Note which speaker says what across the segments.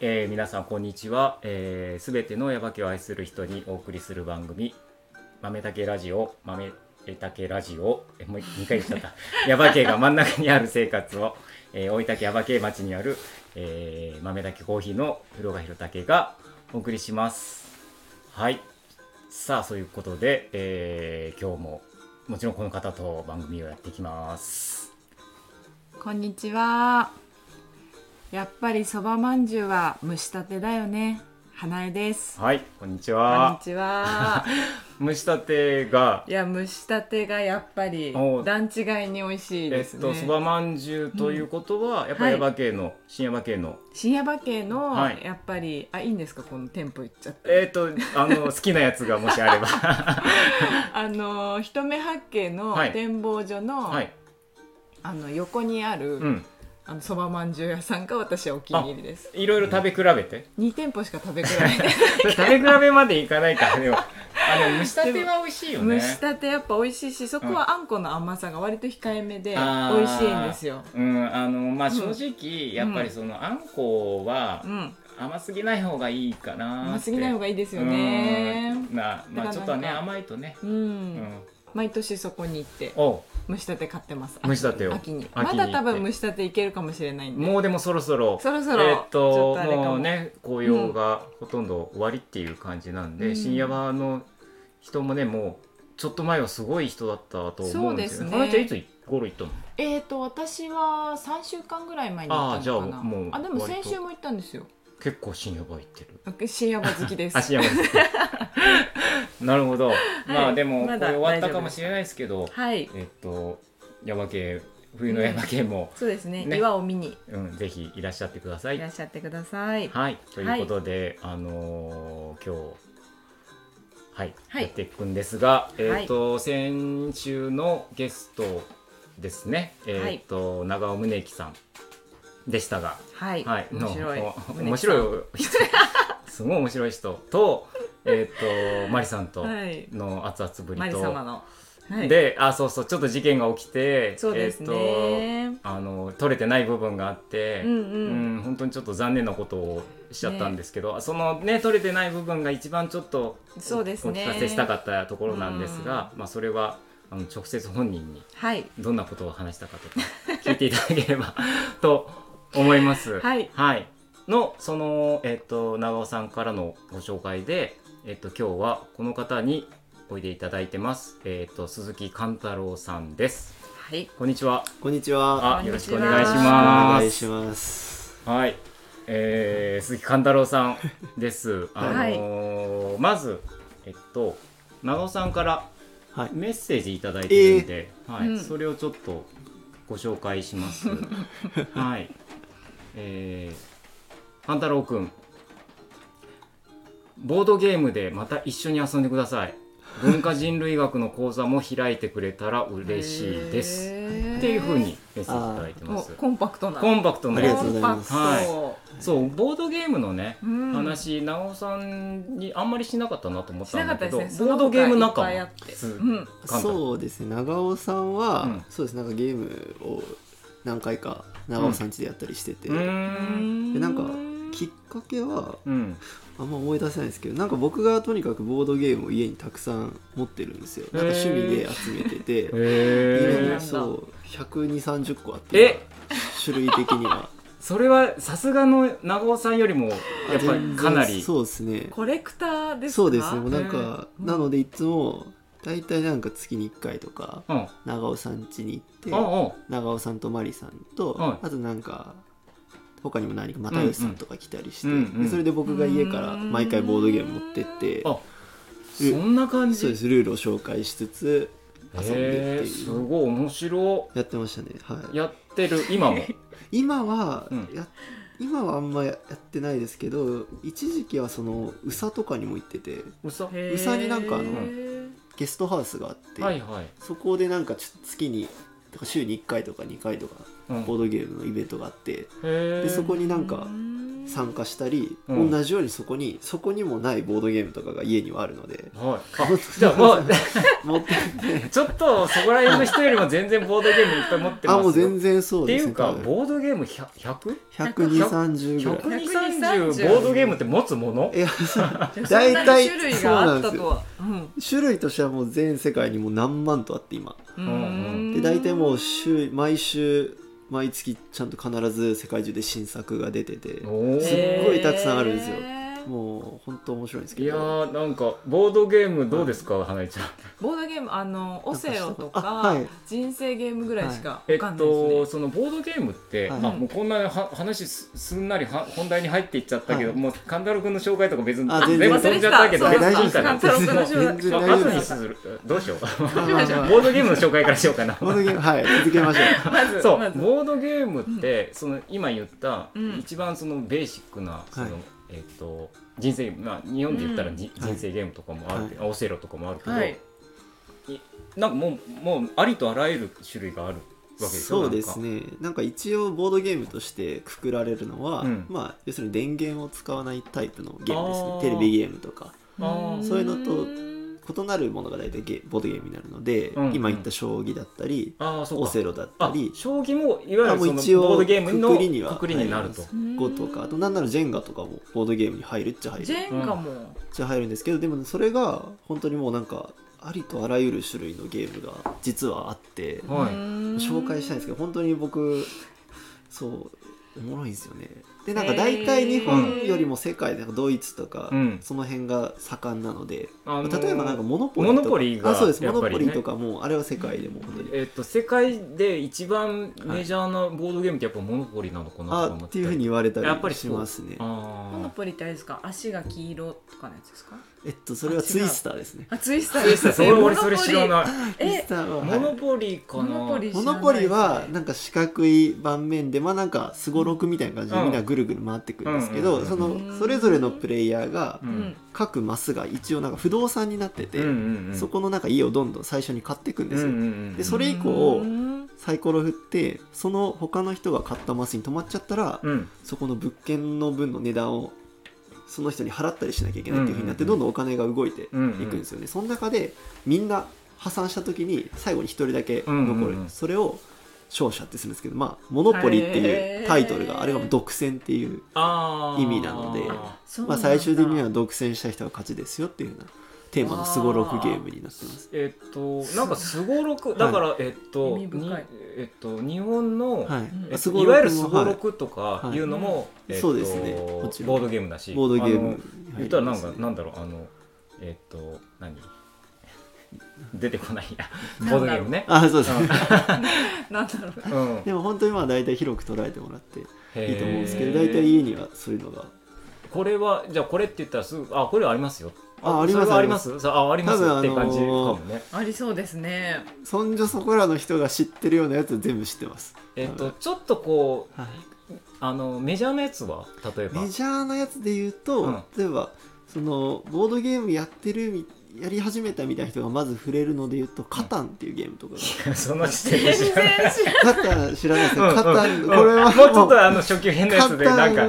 Speaker 1: えー皆さんこんにちは。す、え、べ、全てのヤバケを愛する人にお送りする番組豆竹ラジオ豆竹ラジオえもう2回言っちゃ った。ヤバケが真ん中にある生活を、えー、大分県ヤバケ町にある、えー、豆竹コーヒーの古賀弘武がお送りします。はい。さあそういうことで、えー今日ももちろんこの方と番組をやっていきます。
Speaker 2: こんにちは。やっぱりそばまんじゅうは蒸したてだよね。花江です。
Speaker 1: はい、こんにち
Speaker 2: こんに
Speaker 1: は。
Speaker 2: ちは。
Speaker 1: 蒸したてが
Speaker 2: いや蒸したてがやっぱり
Speaker 1: お
Speaker 2: 段違いに美味しい
Speaker 1: え
Speaker 2: です
Speaker 1: っ
Speaker 2: ね。
Speaker 1: とそばまんじゅうということは、やっぱりヤバ系の、新ヤバ系の
Speaker 2: 深夜馬系の、
Speaker 1: はい
Speaker 2: やっぱりあいいんですかこの店舗行っちゃって。
Speaker 1: えっ、とあの好きなやつがもし あれば
Speaker 2: あの一目八景の
Speaker 1: はい
Speaker 2: 展望所の、
Speaker 1: はい、
Speaker 2: あの横にある、
Speaker 1: うん、
Speaker 2: あのそばまんじゅう屋さんが私はお気に入りです。
Speaker 1: いろいろ食べ比べて、
Speaker 2: 二店舗しか食べ比べない。
Speaker 1: それ食べ比べまでいかない からでもあの蒸したては美味しいよね
Speaker 2: 蒸したてやっぱ美味しいしそこはあんこの甘さが割と控えめで美
Speaker 1: あー
Speaker 2: 味しいんですよ。
Speaker 1: うんあのまあ
Speaker 2: うん
Speaker 1: 正直、やっぱりそのあんこは
Speaker 2: うん、
Speaker 1: 甘すぎない方がいいかな
Speaker 2: 甘すぎない方がいいです
Speaker 1: い
Speaker 2: よね。
Speaker 1: なま
Speaker 2: だからな
Speaker 1: あ
Speaker 2: んか
Speaker 1: ちょっとね甘いとね
Speaker 2: うん、
Speaker 1: うん
Speaker 2: 毎年そこに行って
Speaker 1: おう
Speaker 2: 蒸したて買ってます。
Speaker 1: 蒸したてを
Speaker 2: 秋に
Speaker 1: 秋に
Speaker 2: まだ多
Speaker 1: 行って
Speaker 2: 分蒸したていけるかもしれないんで。
Speaker 1: もうでもそろそろ
Speaker 2: そろそろ
Speaker 1: えーっと
Speaker 2: ちょっとあれかも
Speaker 1: もうね紅葉がほとんど終わりっていう感じなんで、
Speaker 2: うん
Speaker 1: 深夜場の人もねもうちょっと前はすごい人だったと思うんですよね。
Speaker 2: そう
Speaker 1: 花
Speaker 2: ですね
Speaker 1: ちゃんいつ頃行ったの？
Speaker 2: えっ、と私は三週間ぐらい前に行ったのかな。
Speaker 1: あーじゃあもう
Speaker 2: でも先週も行ったんですよ。
Speaker 1: 結構深夜場行ってる。
Speaker 2: 深夜場好き です。
Speaker 1: 足山です。 なるほど。まあでもこ
Speaker 2: ま
Speaker 1: れ
Speaker 2: だ
Speaker 1: 終わったかもしれないですけど、
Speaker 2: はい、
Speaker 1: えーっと山系冬の山系も、
Speaker 2: そうですね
Speaker 1: ね
Speaker 2: 岩を見に
Speaker 1: うん、ぜひいらっしゃってくださ
Speaker 2: い
Speaker 1: い。
Speaker 2: らっしゃってください。
Speaker 1: はい、ということで、あのー今日、はい
Speaker 2: はい
Speaker 1: やっていくんですが、えっ、
Speaker 2: い
Speaker 1: と、先週のゲストですね、えっ、と、長尾宗樹さんでしたが、
Speaker 2: はい、
Speaker 1: はい、の
Speaker 2: 面白い
Speaker 1: お。面白い人、すごい面白い人と、えっ、と、マリさんと
Speaker 2: はい。
Speaker 1: の熱々ぶり
Speaker 2: マリ
Speaker 1: と、
Speaker 2: 様の。はい、
Speaker 1: で、あ、そうそう、ちょっと事件が起きて、
Speaker 2: そうです
Speaker 1: えっ、と、
Speaker 2: ね。
Speaker 1: あの取れてない部分があって、
Speaker 2: うんうん
Speaker 1: 本当にちょっと残念なことをしちゃったんですけど、そのね取れてない部分が一番ちょっと
Speaker 2: そうですね
Speaker 1: お聞かせしたかったところなんですが、まあ、それはあの直接本人に
Speaker 2: はい。
Speaker 1: どんなことを話したかとか聞いていただければ と思います。
Speaker 2: はい
Speaker 1: のその、えっと長尾さんからのご紹介で、えっと今日はこの方においでいただいてます、えっと鈴木貫太郎さんです。
Speaker 2: はい。
Speaker 1: こんにちは。
Speaker 3: こんにち
Speaker 1: あ、
Speaker 3: は。
Speaker 2: こん
Speaker 1: よろ
Speaker 2: に
Speaker 1: し
Speaker 2: ち
Speaker 1: く
Speaker 2: は
Speaker 1: お願いし
Speaker 3: お
Speaker 1: ま
Speaker 3: 願い
Speaker 1: す。
Speaker 3: します。
Speaker 1: はい、えー、鈴木貫太郎さん です。あの
Speaker 2: はい
Speaker 1: ーまずえっと長尾さんから
Speaker 3: はい。
Speaker 1: メッセージいただいてるんで、はい、
Speaker 2: うん
Speaker 1: それをちょっとご紹介し ます。はい、えー、勘太郎くん、ボードゲームでまた一緒に遊んでください。文化人類学の講座も開いてくれたら嬉しいです。
Speaker 2: へー
Speaker 1: っていうふうにメッセージいただいてま
Speaker 2: お
Speaker 1: す。
Speaker 2: コンパクトな。
Speaker 1: コンパクトな
Speaker 3: ありがとうございます
Speaker 2: コンパクト
Speaker 1: そうボードゲームのね、
Speaker 2: うん
Speaker 1: 話直尾さんにあんまりしなかったなと思っ
Speaker 2: したなん
Speaker 1: だけ
Speaker 2: かった
Speaker 1: ど、
Speaker 2: ですね。
Speaker 1: ボードゲーム仲
Speaker 2: その他いっぱいあ
Speaker 1: 間
Speaker 2: って
Speaker 1: す
Speaker 2: うん。
Speaker 1: う
Speaker 3: そうですね。長尾さんは、
Speaker 1: うん
Speaker 3: そうです。なんかゲームを何回か長尾さん家でやったりしてて、
Speaker 1: うーん
Speaker 3: でなんかきっかけは
Speaker 1: うん
Speaker 3: あんま思い出せないですけど、なんか僕がとにかくボードゲームを家にたくさん持ってるんですよ。なんか趣味で集めてて、
Speaker 1: へ
Speaker 2: な
Speaker 1: え
Speaker 2: んだ
Speaker 3: そう百二三十個あって、
Speaker 1: え
Speaker 3: 種類的には
Speaker 1: それはさすがの長尾さんよりも やっぱりかな
Speaker 3: 全然
Speaker 1: り
Speaker 3: そうですね。
Speaker 2: コレクターですか。
Speaker 3: そうですね。もうなんか、
Speaker 2: うん
Speaker 3: なのでいつもだいたいなんか月に一回とか。
Speaker 1: うん
Speaker 3: 長尾さん家に
Speaker 1: うん
Speaker 3: 行って
Speaker 1: うん
Speaker 3: 長尾さんとマリさんと、
Speaker 1: はい
Speaker 3: あとなんか他にも何か又吉さんとか来たりして、
Speaker 1: うんうん
Speaker 3: でそれで僕が家から毎回ボードゲーム持ってって
Speaker 1: あそんな感
Speaker 3: そうで
Speaker 1: じ
Speaker 3: すルールを紹介しつつ遊んで
Speaker 1: へえ
Speaker 3: って
Speaker 1: す
Speaker 3: いう
Speaker 1: ごい面白
Speaker 3: やってましたね、はい、
Speaker 1: やってる今 も
Speaker 3: 今は、
Speaker 1: うん
Speaker 3: や今はあんまやってないですけど一時期はその宇佐とかにも行ってて
Speaker 1: 嘘は
Speaker 2: へー
Speaker 3: うさぎなんかあの
Speaker 2: うん
Speaker 3: ゲストハウスがあって、
Speaker 1: いはい、
Speaker 3: そこでなんかちょ月にとか週に1回とか2回とか
Speaker 1: うん、
Speaker 3: ボードゲームのイベントがあって
Speaker 1: へえ
Speaker 3: でそこになんか
Speaker 2: うん
Speaker 3: 参加したり、
Speaker 1: うん
Speaker 3: 同じようにそこにそこにもないボードゲームとかが家にはあるので
Speaker 1: はい、あじゃあもう
Speaker 3: 持ってって
Speaker 1: ちょっとそこら辺の人よりも全然ボードゲームいっぱい持ってます
Speaker 3: あ
Speaker 1: よ
Speaker 3: もう全然そう
Speaker 1: って
Speaker 3: で
Speaker 1: い
Speaker 3: す
Speaker 1: うか
Speaker 3: 多分
Speaker 1: ボードゲーム 100?100
Speaker 3: 12030ぐらい
Speaker 1: 130ボードゲームって持つもの
Speaker 3: いやそう
Speaker 2: じゃあそん
Speaker 3: 大
Speaker 2: なに
Speaker 3: 体
Speaker 2: 種類
Speaker 3: そう
Speaker 2: があ
Speaker 3: な
Speaker 2: っ
Speaker 3: ん
Speaker 2: た
Speaker 3: です
Speaker 2: と
Speaker 3: よ
Speaker 2: はうん
Speaker 3: 種類としてはもう全世界にもう何万とあって今
Speaker 2: う
Speaker 1: うん
Speaker 2: ん
Speaker 3: で大体もう週毎週毎月ちゃんと必ず世界中で新作が出てて
Speaker 1: お
Speaker 3: すっ
Speaker 1: ー
Speaker 3: ごいたくさんあるんですよ
Speaker 2: へー
Speaker 3: もう本当面白いんですけ
Speaker 1: い
Speaker 3: ど
Speaker 1: やーなんかボードゲームどうですか、花江ちゃん
Speaker 2: ボードゲームあのオセロとか、
Speaker 3: あはい
Speaker 2: 人生ゲームぐらいしか
Speaker 1: え
Speaker 2: わ
Speaker 1: っ
Speaker 2: かんないですね、
Speaker 1: と、そのボードゲームって、
Speaker 3: はい
Speaker 1: まあ、もうこんなは話すすんなりは本題に入っていっちゃったけど、
Speaker 3: はい
Speaker 1: もう勘太郎君の紹介とか別に
Speaker 3: あ全
Speaker 1: 全
Speaker 3: 然
Speaker 1: 部飛んじゃったけど
Speaker 2: 忘
Speaker 1: 別
Speaker 2: れてた
Speaker 1: にいい
Speaker 2: そ
Speaker 1: か
Speaker 2: う
Speaker 1: な
Speaker 2: 勘太郎君の紹介
Speaker 3: 全然
Speaker 1: あ
Speaker 3: 大丈夫
Speaker 1: 後
Speaker 3: で
Speaker 1: に
Speaker 3: す
Speaker 1: するどう しよう
Speaker 3: まあまあまあ
Speaker 1: ボードゲームの紹介からしようかな
Speaker 3: ボードゲームはい続けましょう
Speaker 2: まず
Speaker 1: そう、
Speaker 2: まず
Speaker 1: ボードゲームって、その今言った、
Speaker 2: うん
Speaker 1: 一番そのベーシックなその、
Speaker 3: はい
Speaker 1: えっと人生まあ日本で言ったら
Speaker 2: うん
Speaker 1: じ、
Speaker 3: はい
Speaker 1: 人生ゲームとかもあるけど、オセロとかもあるけど、
Speaker 2: はい
Speaker 1: いなんかもうもうありとあらゆる種類があるわけでしょ
Speaker 3: そうですねなんか一応ボードゲームとしてくくられるのは、
Speaker 1: うん
Speaker 3: まあ要するに電源を使わないタイプのゲームです
Speaker 1: あー
Speaker 3: ねテレビゲームとか
Speaker 1: あー
Speaker 3: そういうのと異なるものが大体ゲボードゲームになるので、
Speaker 1: うんうん
Speaker 3: 今言った将棋だったり
Speaker 1: ああそう
Speaker 3: オ
Speaker 1: か
Speaker 3: セロだった
Speaker 1: あ
Speaker 3: り
Speaker 1: 将棋もいわゆ
Speaker 3: あ
Speaker 1: るそ
Speaker 3: も
Speaker 1: うのボ
Speaker 3: 一応
Speaker 1: ードゲームの
Speaker 3: くくりには
Speaker 1: くくりになると
Speaker 3: は。碁とかあとなんならジェンガとかもボードゲームに入るっちゃ入る
Speaker 2: ジ
Speaker 3: っ
Speaker 2: ェンガも、
Speaker 3: ちゃ入るんですけどでもそれが本当にもうなんかありとあらゆる種類のゲームが実はあって
Speaker 1: はいう
Speaker 2: ーん
Speaker 3: 紹介したいんですけど本当に僕そうおもろいんですよねでなんか大
Speaker 2: へ
Speaker 3: 体
Speaker 2: ー
Speaker 3: 日本よりも世界でなんかドイツとか、
Speaker 1: うん
Speaker 3: その辺が盛んなので、
Speaker 1: あのー
Speaker 3: 例えばなんかモノポリーと
Speaker 1: モ
Speaker 3: か
Speaker 1: ノポリーが
Speaker 3: あそうです
Speaker 1: や
Speaker 3: モ
Speaker 1: っぱ
Speaker 3: ノ
Speaker 1: りね
Speaker 3: ポリーとかもあれは世界でも本当に、
Speaker 1: えっと世界で一番メジャーなボードゲームってやっぱモノポリーなのかなとか
Speaker 3: あ
Speaker 1: 思
Speaker 3: っ
Speaker 1: って
Speaker 3: ていうふうに言われた
Speaker 1: やっぱり
Speaker 3: り
Speaker 1: そ
Speaker 3: し
Speaker 1: う
Speaker 3: ますね
Speaker 2: モノ
Speaker 1: あ
Speaker 2: ポリってあれですか足が黄色とかのやつですか
Speaker 3: えっとそれはツイスターですね
Speaker 2: あツイスタ
Speaker 1: あ
Speaker 2: ー
Speaker 1: そうですそれ俺それ知ら
Speaker 2: い
Speaker 1: ない
Speaker 3: ツイ
Speaker 2: え
Speaker 3: スターは、は
Speaker 1: モ
Speaker 3: い
Speaker 1: ノポリーかな
Speaker 2: モノポリー
Speaker 3: モノポリーは
Speaker 2: 知らないですね
Speaker 3: なんか四角い盤面でまあなんかすごろくみたいな感じで
Speaker 1: うん
Speaker 3: みんなぐるぐる回ってくるんですけ
Speaker 1: うんう
Speaker 3: ど
Speaker 1: ん
Speaker 3: そ
Speaker 2: うん
Speaker 3: のそれぞれのプレイヤーが
Speaker 1: う
Speaker 2: うんん
Speaker 3: 各マスが一応なんか不動産になってて、
Speaker 1: うんうんうん
Speaker 3: そこのなんか家をどんどん最初に買っていくんですよ、
Speaker 1: うんうんうん
Speaker 3: でそれ以降サイコロ振ってその他の人が買ったマスに止まっちゃったら、
Speaker 1: うん
Speaker 3: そこの物件の分の値段をその人に払ったりしなきゃいけないっていうふうになって、
Speaker 1: うんうんうん
Speaker 3: どんどんお金が動いていく
Speaker 1: うんうん
Speaker 3: んですよね、その中でみんな破産した時に最後に一人だけ残る、
Speaker 1: うんうんうん
Speaker 3: それを勝者ってするんですけどまあ「モノポリ」っていうタイトル
Speaker 2: へー
Speaker 3: があれが独占っていう、
Speaker 1: あー
Speaker 3: 意味なので
Speaker 2: そう
Speaker 3: ま
Speaker 2: な
Speaker 3: あ、
Speaker 2: んだ
Speaker 3: 最終的には独占した人が勝ちですよっていうようなテーマのすごろくゲームになってます。
Speaker 1: えっとなんかすごろくだから、えっと
Speaker 2: 意味深い
Speaker 1: にえっと日本の、
Speaker 3: はい
Speaker 2: ん
Speaker 1: えっと
Speaker 3: すご
Speaker 1: い
Speaker 3: ろくも
Speaker 1: わゆるすごろくとかいうのも、
Speaker 2: はい
Speaker 1: えっと
Speaker 3: そうですねもちろん
Speaker 1: ボードゲームだし
Speaker 3: ボードゲーム
Speaker 1: あの
Speaker 3: に入りますね
Speaker 1: 言ったらなんか、なんだろうあのえっと 何出てこないや
Speaker 2: なん
Speaker 1: ボ
Speaker 2: だろう
Speaker 1: ードゲームね
Speaker 3: あそうですね
Speaker 2: なんだろう
Speaker 1: うん
Speaker 3: でも本当にまあ大体広く捉えてもらっていいと思うんですけ
Speaker 1: へ
Speaker 3: ど
Speaker 1: ー
Speaker 3: 大体家にはそういうのが
Speaker 1: これはじゃあこれって言ったらすぐあこれありますよ
Speaker 3: あありま
Speaker 1: そ
Speaker 3: す
Speaker 1: れはありますさああります
Speaker 3: 多分
Speaker 1: って感じか
Speaker 3: あの
Speaker 1: も
Speaker 3: ー
Speaker 1: ね
Speaker 2: ありそうですね
Speaker 3: そんじょそこらの人が知ってるようなやつ全部知ってます。
Speaker 1: えっとちょっとこう
Speaker 3: はい
Speaker 1: あのメジャーなやつは例えば
Speaker 3: メジャーなやつで言うと、
Speaker 1: うん
Speaker 3: 例えばそのボードゲームやってるみやり始めたみたいな人がまず触れるので言うと「カタン」っていうゲームとかが
Speaker 1: その時点
Speaker 2: 全
Speaker 1: で
Speaker 2: 然
Speaker 1: 知
Speaker 2: 知
Speaker 1: らない
Speaker 2: らない
Speaker 3: カタン知らないで
Speaker 1: う
Speaker 3: す
Speaker 1: ん
Speaker 3: よ
Speaker 1: うん
Speaker 3: カタンこれは
Speaker 1: もうちょっ
Speaker 3: う
Speaker 1: とあの初級編のやつでなんか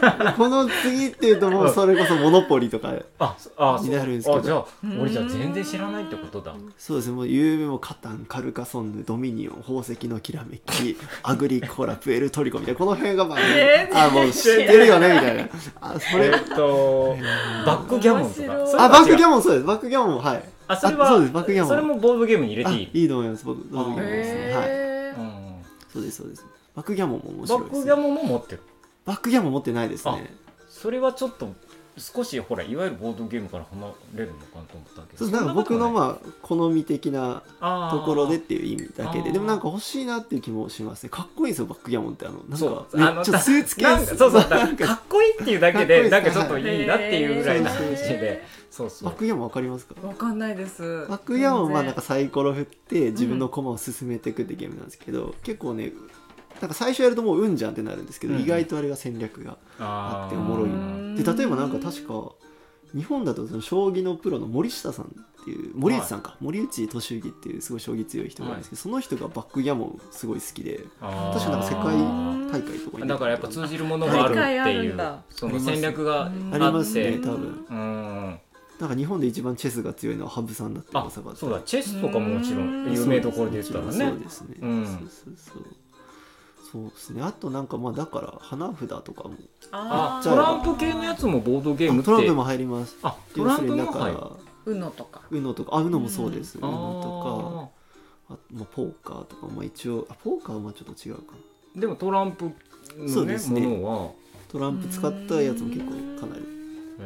Speaker 3: カタンこの次っていうともうそれこそ「モノポリ」とか
Speaker 1: あそあそう
Speaker 3: になるんですけど
Speaker 1: あじゃあ俺じゃあ全然知らないってことだ
Speaker 3: そうですねもう有名も「カタン」「カルカソンヌ」「ドミニオン」「宝石のきらめ き」「アグリコラ」「プエルトリコ」みたいなこの辺がまあ、
Speaker 2: えー
Speaker 3: あもう知ってるよねみたいなあそ
Speaker 1: え
Speaker 3: れ
Speaker 1: っとバックギャモンと
Speaker 2: 面
Speaker 1: か
Speaker 2: 白い
Speaker 1: それは
Speaker 3: あ、バックギ
Speaker 1: 違う
Speaker 3: ャモンそうです。バックギャモンはい。
Speaker 1: あそれは
Speaker 3: あそうですバックギャモン
Speaker 1: それもボードゲームに入れ
Speaker 3: あ、
Speaker 1: てい
Speaker 3: い
Speaker 1: い
Speaker 3: いと思います。僕、バックギャモンですね。はい。
Speaker 2: へー
Speaker 1: うん
Speaker 3: そうですそうです。バックギャモンも面
Speaker 1: バ
Speaker 3: 白い
Speaker 1: ッ
Speaker 3: です、
Speaker 1: ク
Speaker 3: ね。
Speaker 1: ギャモンも持ってる
Speaker 3: バックギャモン持ってないですね。
Speaker 1: それはちょっと少しほらいわゆるボードゲームから離れるのかなと思ったけ
Speaker 3: そ
Speaker 1: ど
Speaker 3: うなんか僕のまあ好み的な
Speaker 1: あ
Speaker 3: ところでっていう意味だけ
Speaker 1: あー
Speaker 3: ででもなんか欲しいなっていう気もしますねかっこいいんですよバックギャモンってあのなん
Speaker 1: そ
Speaker 3: か
Speaker 1: うあの
Speaker 3: めっちゃスーツケ
Speaker 1: な
Speaker 3: ー
Speaker 1: んか
Speaker 3: ス
Speaker 1: そうそうだ
Speaker 3: バ
Speaker 1: からかっこいいっていうだけでな
Speaker 3: かっ
Speaker 1: ん
Speaker 3: こ
Speaker 1: か
Speaker 3: いいです
Speaker 1: ちょっといいなっていうぐらいな話で
Speaker 2: へ
Speaker 1: そうそう
Speaker 3: ックギャモンわかりますか
Speaker 2: ーわかんないです
Speaker 3: バックギャモンはなんかサイコロ振って自分の駒を進めていくってゲームなんですけど、結構ねなんか最初やるともううんじゃんってなるんですけど、
Speaker 1: うん
Speaker 3: 意外とあれが戦略があっておもろい
Speaker 2: うん
Speaker 3: なで例えばなんか確か日本だとその将棋のプロの森下さんっていう森内さんか、森内俊之っていうすごい将棋強い人がいるんですけど、その人がバックギャモンすごい好きで
Speaker 1: 確
Speaker 3: 確かなんか世界大会とかに出てた
Speaker 1: だからやっぱ通じるものがあるっ
Speaker 2: 大
Speaker 1: て
Speaker 2: 会あ
Speaker 1: い
Speaker 2: るん
Speaker 1: う
Speaker 2: だ
Speaker 1: その戦略があ
Speaker 2: あり
Speaker 1: って
Speaker 3: ありますね
Speaker 2: あっ
Speaker 3: 多
Speaker 2: て
Speaker 3: 分
Speaker 1: うん
Speaker 3: なんか日本で一番チェスが強いのは羽生さんだって
Speaker 1: あ
Speaker 3: 噂があって
Speaker 1: そうだチェスとかももちろ
Speaker 2: うんん
Speaker 1: 有名どころで言ったら
Speaker 3: そう
Speaker 1: ね
Speaker 3: ですね。
Speaker 1: うん
Speaker 3: そうそうそう。そうですね。あとなんかまあだから花札とかも。
Speaker 1: あ
Speaker 2: あ
Speaker 3: じゃ
Speaker 1: ト
Speaker 3: あ
Speaker 1: ランプ系のやつもボードゲームっ
Speaker 3: あ
Speaker 1: て
Speaker 3: トランプも入ります。
Speaker 1: あトランプも入る
Speaker 2: うのとか
Speaker 3: ウノとか、あウノもそうです。
Speaker 1: あ
Speaker 3: ウノとか、あまあポーカーとかまあ一応あポーカーはまあちょっと違うかな。
Speaker 1: ーでもトランプ
Speaker 3: そ
Speaker 1: の
Speaker 3: う
Speaker 1: ね
Speaker 3: ですね
Speaker 1: ものは
Speaker 3: トランプ使ったやつも結構かなり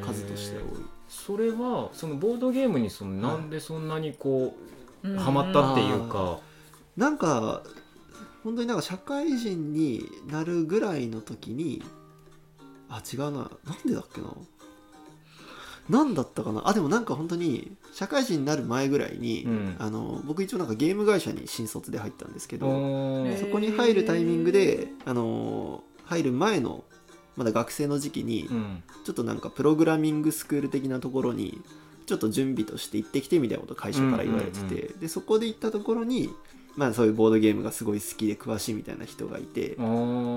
Speaker 3: 数としては多い。
Speaker 1: それはそのボードゲームにそのなんでそんなにこうハ
Speaker 2: ハ
Speaker 1: マったっていうか
Speaker 3: なんか本当になんか社会人になるぐらいの時にあ違うななんでだっけななんだったかなあでもなんか本当に社会人になる前ぐらいに、
Speaker 1: うん
Speaker 3: あの僕一応なんかゲーム会社に新卒で入ったんですけ
Speaker 1: う
Speaker 3: ど
Speaker 1: ん
Speaker 3: そこに入るタイミングであの入る前のまだ学生の時期に、
Speaker 1: うん
Speaker 3: ちょっとなんかプログラミングスクール的なところにちょっと準備として行ってきてみたいなことを会社から言われてて、
Speaker 1: うんうん
Speaker 3: でそこで行ったところに、まあ、そういうボードゲームがすごい好きで詳しいみたいな人がいて、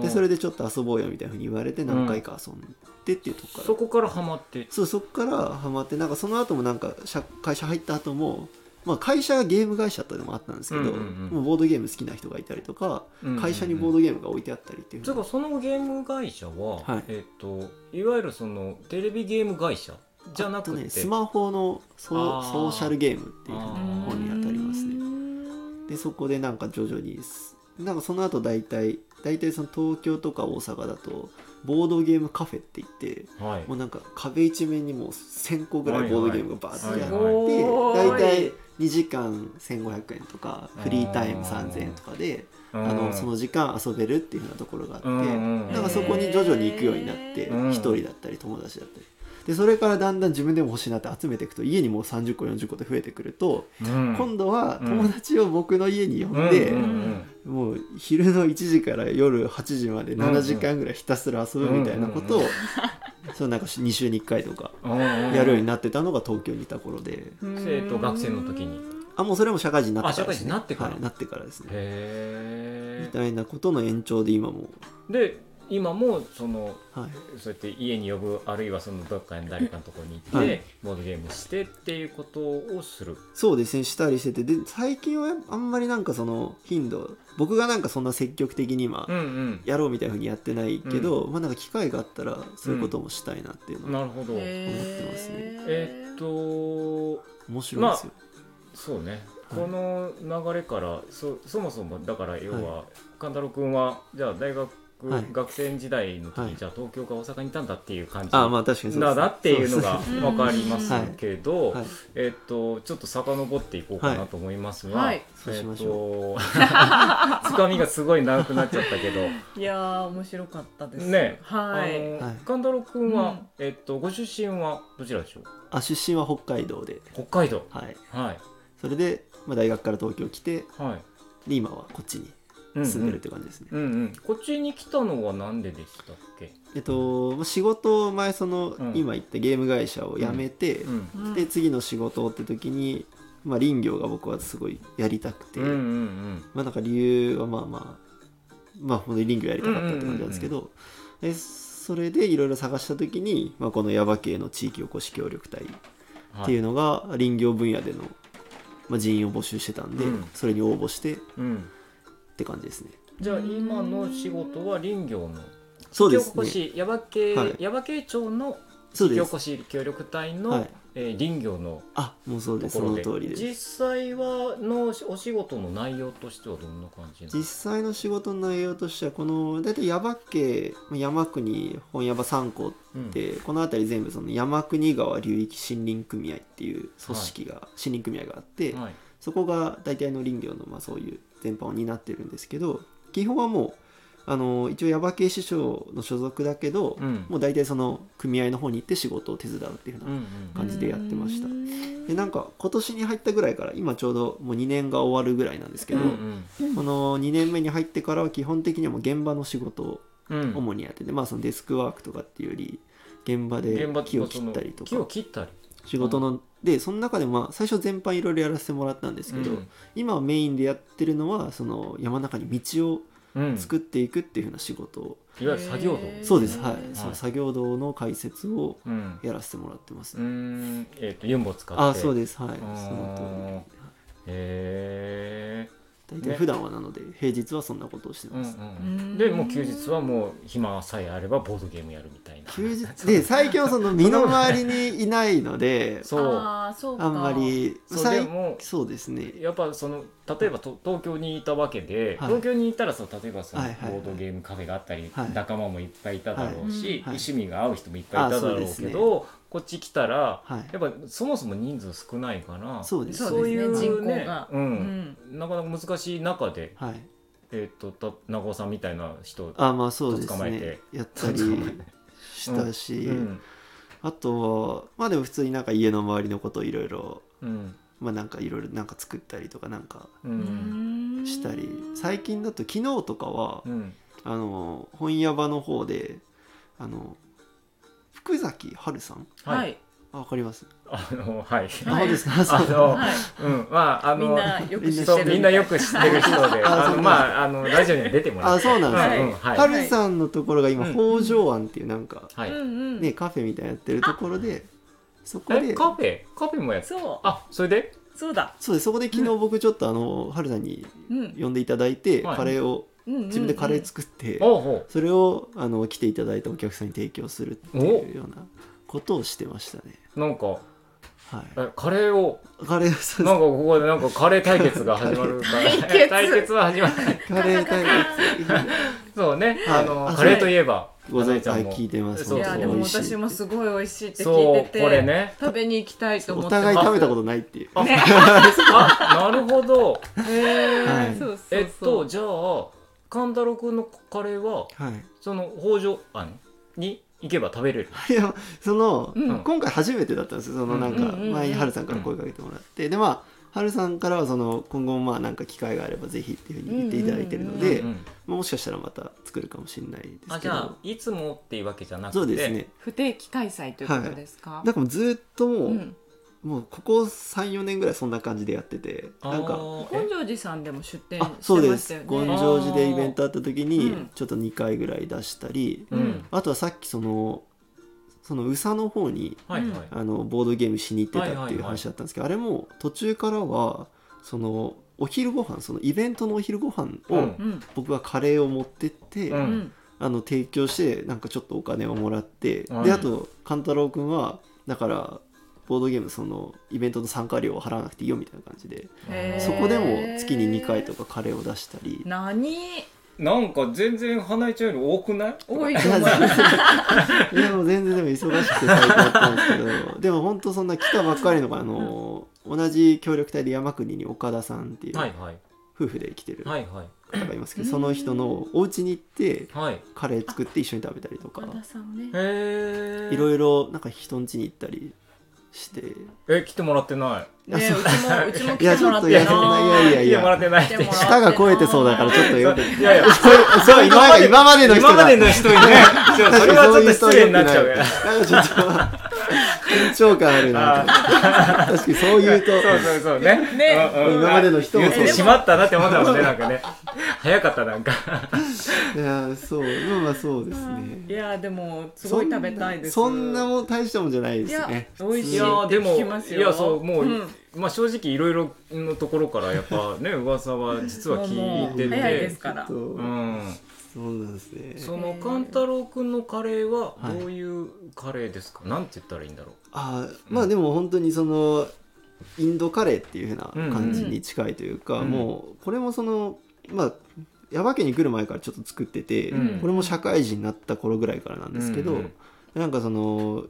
Speaker 3: でそれでちょっと遊ぼうよみたいなふうに言われて何回か遊んでっていうとこから、
Speaker 1: そこからハマって
Speaker 3: そうそこからハマってなんかその後もなんか社会社入った後も。まあ、会社がゲーム会社ってのもあったんですけど、
Speaker 1: うんうんうん
Speaker 3: もうボードゲーム好きな人がいたりとか、会社にボ
Speaker 1: ド
Speaker 3: ードゲームが置いてあったりっていう
Speaker 1: つうかそのゲーム会社は、
Speaker 3: はい
Speaker 1: えっ、といわゆるそのテレビゲーム会社じゃなくて、
Speaker 3: あとねスマホのソ
Speaker 1: あー
Speaker 3: ソーシャルゲームっていう
Speaker 1: あー
Speaker 3: 方に当たりますねでそこでなんか徐々にすなんかその後大体大体その東京とか大阪だとボードゲームカフェって言って
Speaker 1: はい
Speaker 3: もうなんか壁一面にもう1000個ぐらいボードゲームがバーッ
Speaker 1: は
Speaker 3: て
Speaker 1: い
Speaker 3: や
Speaker 1: は
Speaker 3: っ
Speaker 1: い
Speaker 3: て
Speaker 2: すご
Speaker 3: 大
Speaker 2: い
Speaker 3: 体2時間1500円とかフリータイム3000円とかで
Speaker 1: あ
Speaker 3: あのその時間遊べるっていうようなところがあって
Speaker 1: うん
Speaker 3: なんかそこに徐々に行くようになって
Speaker 1: うん
Speaker 3: 一人だったり友達だったりでそれからだんだん自分でも欲しいなって集めていくと家にもう30個40個って増えてくると今度は友達を僕の家に呼んで、
Speaker 1: うんうん
Speaker 3: もう昼の1時から夜8時まで
Speaker 1: うんうん
Speaker 3: 7時間ぐらいひたすら遊ぶみたいなことを、
Speaker 1: うん
Speaker 3: そうなんか2週に1回とか
Speaker 1: うんうんうん
Speaker 3: やるようになってたのが東京にいた頃で、
Speaker 1: 生徒学生の時に
Speaker 3: あもうそれも社会人になってから
Speaker 1: あ社会人になってから
Speaker 3: はいなってからですねみ
Speaker 1: へえ
Speaker 3: たいなことの延長で今も、
Speaker 1: で今もその
Speaker 3: はい、
Speaker 1: そうやって家に呼ぶあるいはそのどっかに誰かのところに行って、
Speaker 3: はい
Speaker 1: ボードゲームしてっていうことをする
Speaker 3: そうですねしたりしててで最近はあんまりなんかその頻度僕がなんかそんな積極的に今
Speaker 1: うんうん
Speaker 3: やろうみたいなふうにやってないけど、まあなんか機会があったらそういうこともしたいなっていうの
Speaker 1: な
Speaker 3: は
Speaker 1: るほどえ
Speaker 3: 思ってますね
Speaker 1: ーっと
Speaker 3: 面白いですよ、
Speaker 1: そうね、
Speaker 3: はい
Speaker 1: この流れからそそもそもだから要
Speaker 3: は
Speaker 1: は勘太郎君はじゃあ大学、
Speaker 3: はい
Speaker 1: 学生時代の時に、
Speaker 3: はい
Speaker 1: じゃあ東京か大阪にいたんだっていう感じ
Speaker 3: あまあ確かにそうで
Speaker 1: な
Speaker 3: す
Speaker 1: だっていうの
Speaker 3: そ
Speaker 1: が
Speaker 3: です
Speaker 2: そう
Speaker 1: 分かります
Speaker 3: はい
Speaker 1: けど、
Speaker 3: はい
Speaker 1: えっとちょっと遡っていこうかなと思いますが、
Speaker 2: はいはい
Speaker 3: そうしましょ
Speaker 1: えっと つかみがすごい長くなっちゃったけ ど、
Speaker 2: いやー面白かったです
Speaker 1: ね
Speaker 2: は
Speaker 1: あ
Speaker 2: い
Speaker 1: の
Speaker 3: はい
Speaker 1: 勘太郎君は、
Speaker 2: うん
Speaker 1: えっとご出身はどちらでしょう
Speaker 3: あ出身は北海道で、
Speaker 1: 北海道
Speaker 3: はい、
Speaker 1: はい
Speaker 3: それで、まあ、大学から東京来て
Speaker 1: はい、
Speaker 3: で今はこっちに
Speaker 1: うんうん
Speaker 3: 住んでるって感じですね、
Speaker 1: うんうん、こっちに来たのはなんででしたっけ、
Speaker 3: えっとまあ仕事を前その、
Speaker 1: うん
Speaker 3: 今言ったゲーム会社を辞めて、
Speaker 1: うん、
Speaker 2: うん
Speaker 3: で次の仕事って時に、まあ、林業が僕はすごいやりたくて、
Speaker 1: うんうんうん
Speaker 3: まあなんか理由はまあまあまあ本当に林業やりたかったって感じなんですけど、でそれでいろいろ探した時に、まあ、この耶馬渓の地域おこし協力隊
Speaker 1: は
Speaker 3: っていうのが林業分野での、まあ、人員を募集してたんで、
Speaker 1: うん
Speaker 3: それに応募してっ
Speaker 1: うん、
Speaker 3: て感じですね
Speaker 1: じゃあ今の仕事は林業の
Speaker 3: そうで
Speaker 1: 地域
Speaker 3: す
Speaker 1: おこ
Speaker 3: ね
Speaker 1: し耶馬渓
Speaker 3: はい
Speaker 1: 耶馬渓町の
Speaker 3: そう
Speaker 1: 地域
Speaker 3: で
Speaker 1: おこ
Speaker 3: す
Speaker 1: し協力隊の、
Speaker 3: はい
Speaker 1: えー林業の
Speaker 3: あもうそう
Speaker 1: と
Speaker 3: です
Speaker 1: こ
Speaker 3: そ
Speaker 1: ろ
Speaker 3: の
Speaker 1: で
Speaker 3: 通りです
Speaker 1: 実際はのお仕事の内容としてはどんな感じな
Speaker 3: 実際の仕事の内容としてはこの大体耶馬渓まあ山国本耶馬三港
Speaker 1: の
Speaker 3: っ、てこの辺り全部その山国川流域森林組合っていう組織が、森林組合があって、
Speaker 1: うんはい
Speaker 3: そこが大体の林業のまあそういう全般を担ってるんですけど基本はもうあの一応耶馬渓師匠の所属だけど、
Speaker 1: うん
Speaker 3: もう大体その組合の方に行って仕事を手伝うっていうよう
Speaker 1: うん
Speaker 3: な感じでやってました、
Speaker 2: うん
Speaker 3: でなんか今年に入ったぐらいから今ちょうどもう2年が終わるぐらいなんですけ
Speaker 1: うん
Speaker 3: ど、
Speaker 1: うん
Speaker 3: この2年目に入ってからは基本的にはもう現場の仕事を
Speaker 1: うんうん
Speaker 3: 主にやってて、まあそのデスクワークとかっていうより現場で
Speaker 1: 現場
Speaker 3: 木を切ったりと
Speaker 1: 木を
Speaker 3: か
Speaker 1: 切ったり
Speaker 3: 仕事のでその中でまあ最初全般いろいろやらせてもらったんですけど、今メインでやってるのはその山の中に道を
Speaker 1: うんうん
Speaker 3: 作っていくっていうふうな仕事を、
Speaker 1: いわゆる作業道
Speaker 2: へー
Speaker 3: そうです
Speaker 2: へ
Speaker 3: はい
Speaker 2: ー
Speaker 3: その作業道の解説を
Speaker 1: うん
Speaker 3: やらせてもらってます、
Speaker 1: うーんえっ、とユンボ使って
Speaker 3: あそうですはいそ
Speaker 1: ー
Speaker 3: の通りはい
Speaker 1: へ
Speaker 3: 大体普段はなので、平日はそんなことをして
Speaker 1: えうん
Speaker 3: ます、
Speaker 1: うんでもう休日はもう暇さえあればボードゲームやるみたいな
Speaker 3: 休日で最近はその身の回りにいないので
Speaker 1: そう
Speaker 2: あーそうか
Speaker 3: あんまり
Speaker 1: そうで
Speaker 3: 最
Speaker 1: も
Speaker 3: そうですね
Speaker 1: やっぱその例えばと東京にいたわけで、
Speaker 3: はい
Speaker 1: 東京にいたらその例えばそのボ
Speaker 3: はいはいはい
Speaker 1: ードゲームカフェがあったり、
Speaker 3: はい
Speaker 1: 仲間もいっぱいいただろうし、
Speaker 2: はい
Speaker 3: うんはい
Speaker 1: 趣味が合う人もいっぱいいただろう
Speaker 3: あそう
Speaker 1: け
Speaker 3: ですね
Speaker 1: ど、こっち来たら
Speaker 3: はい
Speaker 1: やっぱそもそも人数少ないから
Speaker 3: そうですね
Speaker 1: いう
Speaker 2: そうですね人口が
Speaker 1: うんなかなか難しい中で、
Speaker 3: はい
Speaker 1: えっとた長尾さんみたいな人
Speaker 3: あまあそうです
Speaker 1: 捕まえ
Speaker 3: ね
Speaker 1: て
Speaker 3: やったり
Speaker 1: 捕まえて
Speaker 3: したし、
Speaker 1: うん
Speaker 3: あとはまあでも普通になんか家の周りのことをいろいろ
Speaker 1: うん
Speaker 3: まあなんかいろいろなんか作ったりとかなんか
Speaker 1: う
Speaker 2: うんん
Speaker 3: したり最近だと昨日とかは、
Speaker 1: うん
Speaker 3: あの本屋場の方であの福崎春さん
Speaker 1: は
Speaker 2: はいい
Speaker 3: あわかります、
Speaker 1: あのはい
Speaker 3: あ
Speaker 2: はい
Speaker 3: そうですか
Speaker 1: あ
Speaker 3: そう
Speaker 1: の、
Speaker 2: はい
Speaker 1: うんまああの
Speaker 2: みんなよく知ってる
Speaker 1: そうみんなよく知ってる人で
Speaker 3: あ
Speaker 1: あ
Speaker 3: そう
Speaker 1: の
Speaker 3: か
Speaker 1: まああのラジオには出てもら
Speaker 3: あ
Speaker 1: って
Speaker 3: そうなんですね、
Speaker 2: はい
Speaker 1: うん はい
Speaker 3: はるさんのところが今、
Speaker 1: うん
Speaker 3: 北条庵っていうなんか、
Speaker 1: はい、
Speaker 2: うんうん
Speaker 3: ねカフェみたいなやってるところでそこ
Speaker 1: え
Speaker 3: で
Speaker 1: カフェカフェもやって
Speaker 2: そう
Speaker 1: あそれで
Speaker 2: そうだ
Speaker 3: そうですそこで昨日僕ちょっとあの、はるさんに
Speaker 2: うん
Speaker 3: 呼んでいただいて、
Speaker 1: はい
Speaker 3: カレーを自
Speaker 2: 自
Speaker 3: 分でカレー作って、
Speaker 1: おうほ
Speaker 3: それをあの来ていただいたお客さんに提供するっていうようなことをしてましたね
Speaker 1: うなんか
Speaker 3: は
Speaker 1: えカレーを
Speaker 3: いカレーそう
Speaker 1: なん
Speaker 3: で
Speaker 1: かここでなんかカレー対決が始まるから
Speaker 2: 対 決
Speaker 1: 対決は始まる
Speaker 3: すカレー対決
Speaker 1: そうね、
Speaker 3: は
Speaker 1: あ
Speaker 3: い
Speaker 1: の
Speaker 3: あ
Speaker 1: カレーといえば
Speaker 3: ご存
Speaker 1: 花江
Speaker 3: 知はい聞いてます
Speaker 1: そう
Speaker 2: い
Speaker 1: そう
Speaker 2: やでも私もすごい美味しいって
Speaker 1: そう
Speaker 2: 聞
Speaker 1: こ
Speaker 2: いてて
Speaker 1: れ ね
Speaker 2: 食べに行きたいと思
Speaker 3: お
Speaker 2: ってます
Speaker 3: 互い食べたことないっていう
Speaker 1: あ
Speaker 2: ね
Speaker 1: あなるほど
Speaker 2: へー
Speaker 3: はい
Speaker 2: そうそうそう
Speaker 1: えっとじゃあ勘太郎くんのカレーは
Speaker 3: はい
Speaker 1: その北条庵に行けば食べれる
Speaker 3: いやその、
Speaker 2: うん
Speaker 3: 今回初めてだったんですよそのなんか
Speaker 2: うんうんうんうん
Speaker 3: 前にハルさんから声かけてもらって、でまあハルさんからはその今後もまあなんか機会があればぜひっていうふうに言っていただいてるので、
Speaker 2: う
Speaker 1: うん
Speaker 3: まあもしかしたらまた作るかもしれないで
Speaker 1: あ
Speaker 3: すけ
Speaker 1: じゃあ
Speaker 3: ど
Speaker 1: いつもっていうわけじゃなくて
Speaker 3: そうですね
Speaker 2: 不定期開催ということですか、
Speaker 3: だからもうずっともう、
Speaker 2: うん、
Speaker 3: もうここ34年ぐらいそんな感じでやっててなんか
Speaker 1: あー
Speaker 2: 本庄寺さんでも出店
Speaker 3: あ
Speaker 2: し
Speaker 3: そう
Speaker 2: て
Speaker 3: で
Speaker 2: ました
Speaker 3: す
Speaker 2: よ
Speaker 3: 権
Speaker 2: ね。
Speaker 3: 城寺でイベントあった時
Speaker 2: う
Speaker 3: に
Speaker 2: ん
Speaker 3: ちょっと2回ぐらい出したり、
Speaker 1: えうん
Speaker 3: あとはさっきそのその宇佐の方に
Speaker 1: はいはい
Speaker 3: あのボードゲームしに行ってた
Speaker 1: は
Speaker 3: っ
Speaker 1: い
Speaker 3: て
Speaker 1: はいいうはい
Speaker 3: 話だったんですけど、あれも途中からはそのお昼ご飯そのイベントのお昼ご飯
Speaker 1: う
Speaker 3: を、
Speaker 1: ん
Speaker 2: うん
Speaker 3: 僕はカレーを持ってって、
Speaker 1: う
Speaker 2: うんん
Speaker 3: あの提供してなんかちょっとお金をもらって、
Speaker 1: うん
Speaker 3: であと勘太郎君はだからボードゲームそのイベントの参加料を払わなくていいよみたいな感じで
Speaker 2: へー
Speaker 3: そこでも月に2回とかカレーを出したり。
Speaker 2: 何
Speaker 1: なんか全然花江ちゃんより多くない
Speaker 2: 多い
Speaker 3: い
Speaker 2: と思
Speaker 3: や
Speaker 2: います
Speaker 3: でも全然でも忙しくて最高だったんですけどでも本当そんな来たばっかりのがあの同じ協力隊で山国に岡田さんっていう
Speaker 1: はいはい
Speaker 3: 夫婦で来てる
Speaker 1: はいはい
Speaker 3: 方がいますけ
Speaker 2: う
Speaker 3: ど
Speaker 2: ん
Speaker 3: その人のお家に行って
Speaker 1: はいへ
Speaker 3: カレー作って一緒に食べたりとか
Speaker 2: 岡田さんね。
Speaker 1: え
Speaker 3: いろいろなんか人ん家に行ったりして
Speaker 1: え来てもらってな
Speaker 2: ねうち
Speaker 3: いや
Speaker 2: も
Speaker 3: そう
Speaker 2: うちも
Speaker 3: いや
Speaker 2: 来てもらって
Speaker 1: いや
Speaker 2: な。
Speaker 1: そん
Speaker 3: ないやいや
Speaker 1: い来てもらってないって
Speaker 2: 来てもらっ
Speaker 3: 舌が肥えてそうだからちょっとよく
Speaker 1: いやいや
Speaker 3: そう今まで今までの人
Speaker 1: 今ま
Speaker 3: だ
Speaker 1: での人にねそうそれはちょっと失礼になっちゃうから
Speaker 3: なんかちょっと緊張感あるなと 思って確かに そう言うと
Speaker 1: そうそうそうね。
Speaker 2: ね
Speaker 1: うんうん
Speaker 3: 今までの人も
Speaker 1: 言
Speaker 3: そう
Speaker 1: ってしまったなって思ったもんね、なんかね。早かった、なんか。
Speaker 3: いやそうまあまあそうですね
Speaker 2: いやでもすごい食べたいです。
Speaker 3: そんなそんなもん大したもんじゃないで
Speaker 2: い
Speaker 3: す
Speaker 2: や
Speaker 3: ね
Speaker 2: 美味
Speaker 1: い
Speaker 2: しい
Speaker 1: やー
Speaker 2: っ
Speaker 1: で
Speaker 2: て
Speaker 1: も
Speaker 2: 聞きますよ。
Speaker 1: いやそうもう、
Speaker 2: ん
Speaker 1: まあ正直いろいろのところからやっぱね噂は実は聞いて
Speaker 2: もう早いで
Speaker 1: て
Speaker 2: す。から
Speaker 3: ちょっと
Speaker 1: うん、
Speaker 3: そうなんですね
Speaker 1: その勘太郎くんのカレーは
Speaker 3: はい
Speaker 1: どういうカレーですか、なんて言ったらいいんだろ
Speaker 3: あーまあでも本当にそのインドカレーっていう風な感じに近いというか、
Speaker 1: うんうん
Speaker 3: もうこれもそのまあ矢場家に来る前からちょっと作ってて、
Speaker 1: うん
Speaker 3: これも社会人になった頃ぐらいからなん
Speaker 1: う
Speaker 3: ですけど、
Speaker 1: うんうん
Speaker 3: なんかその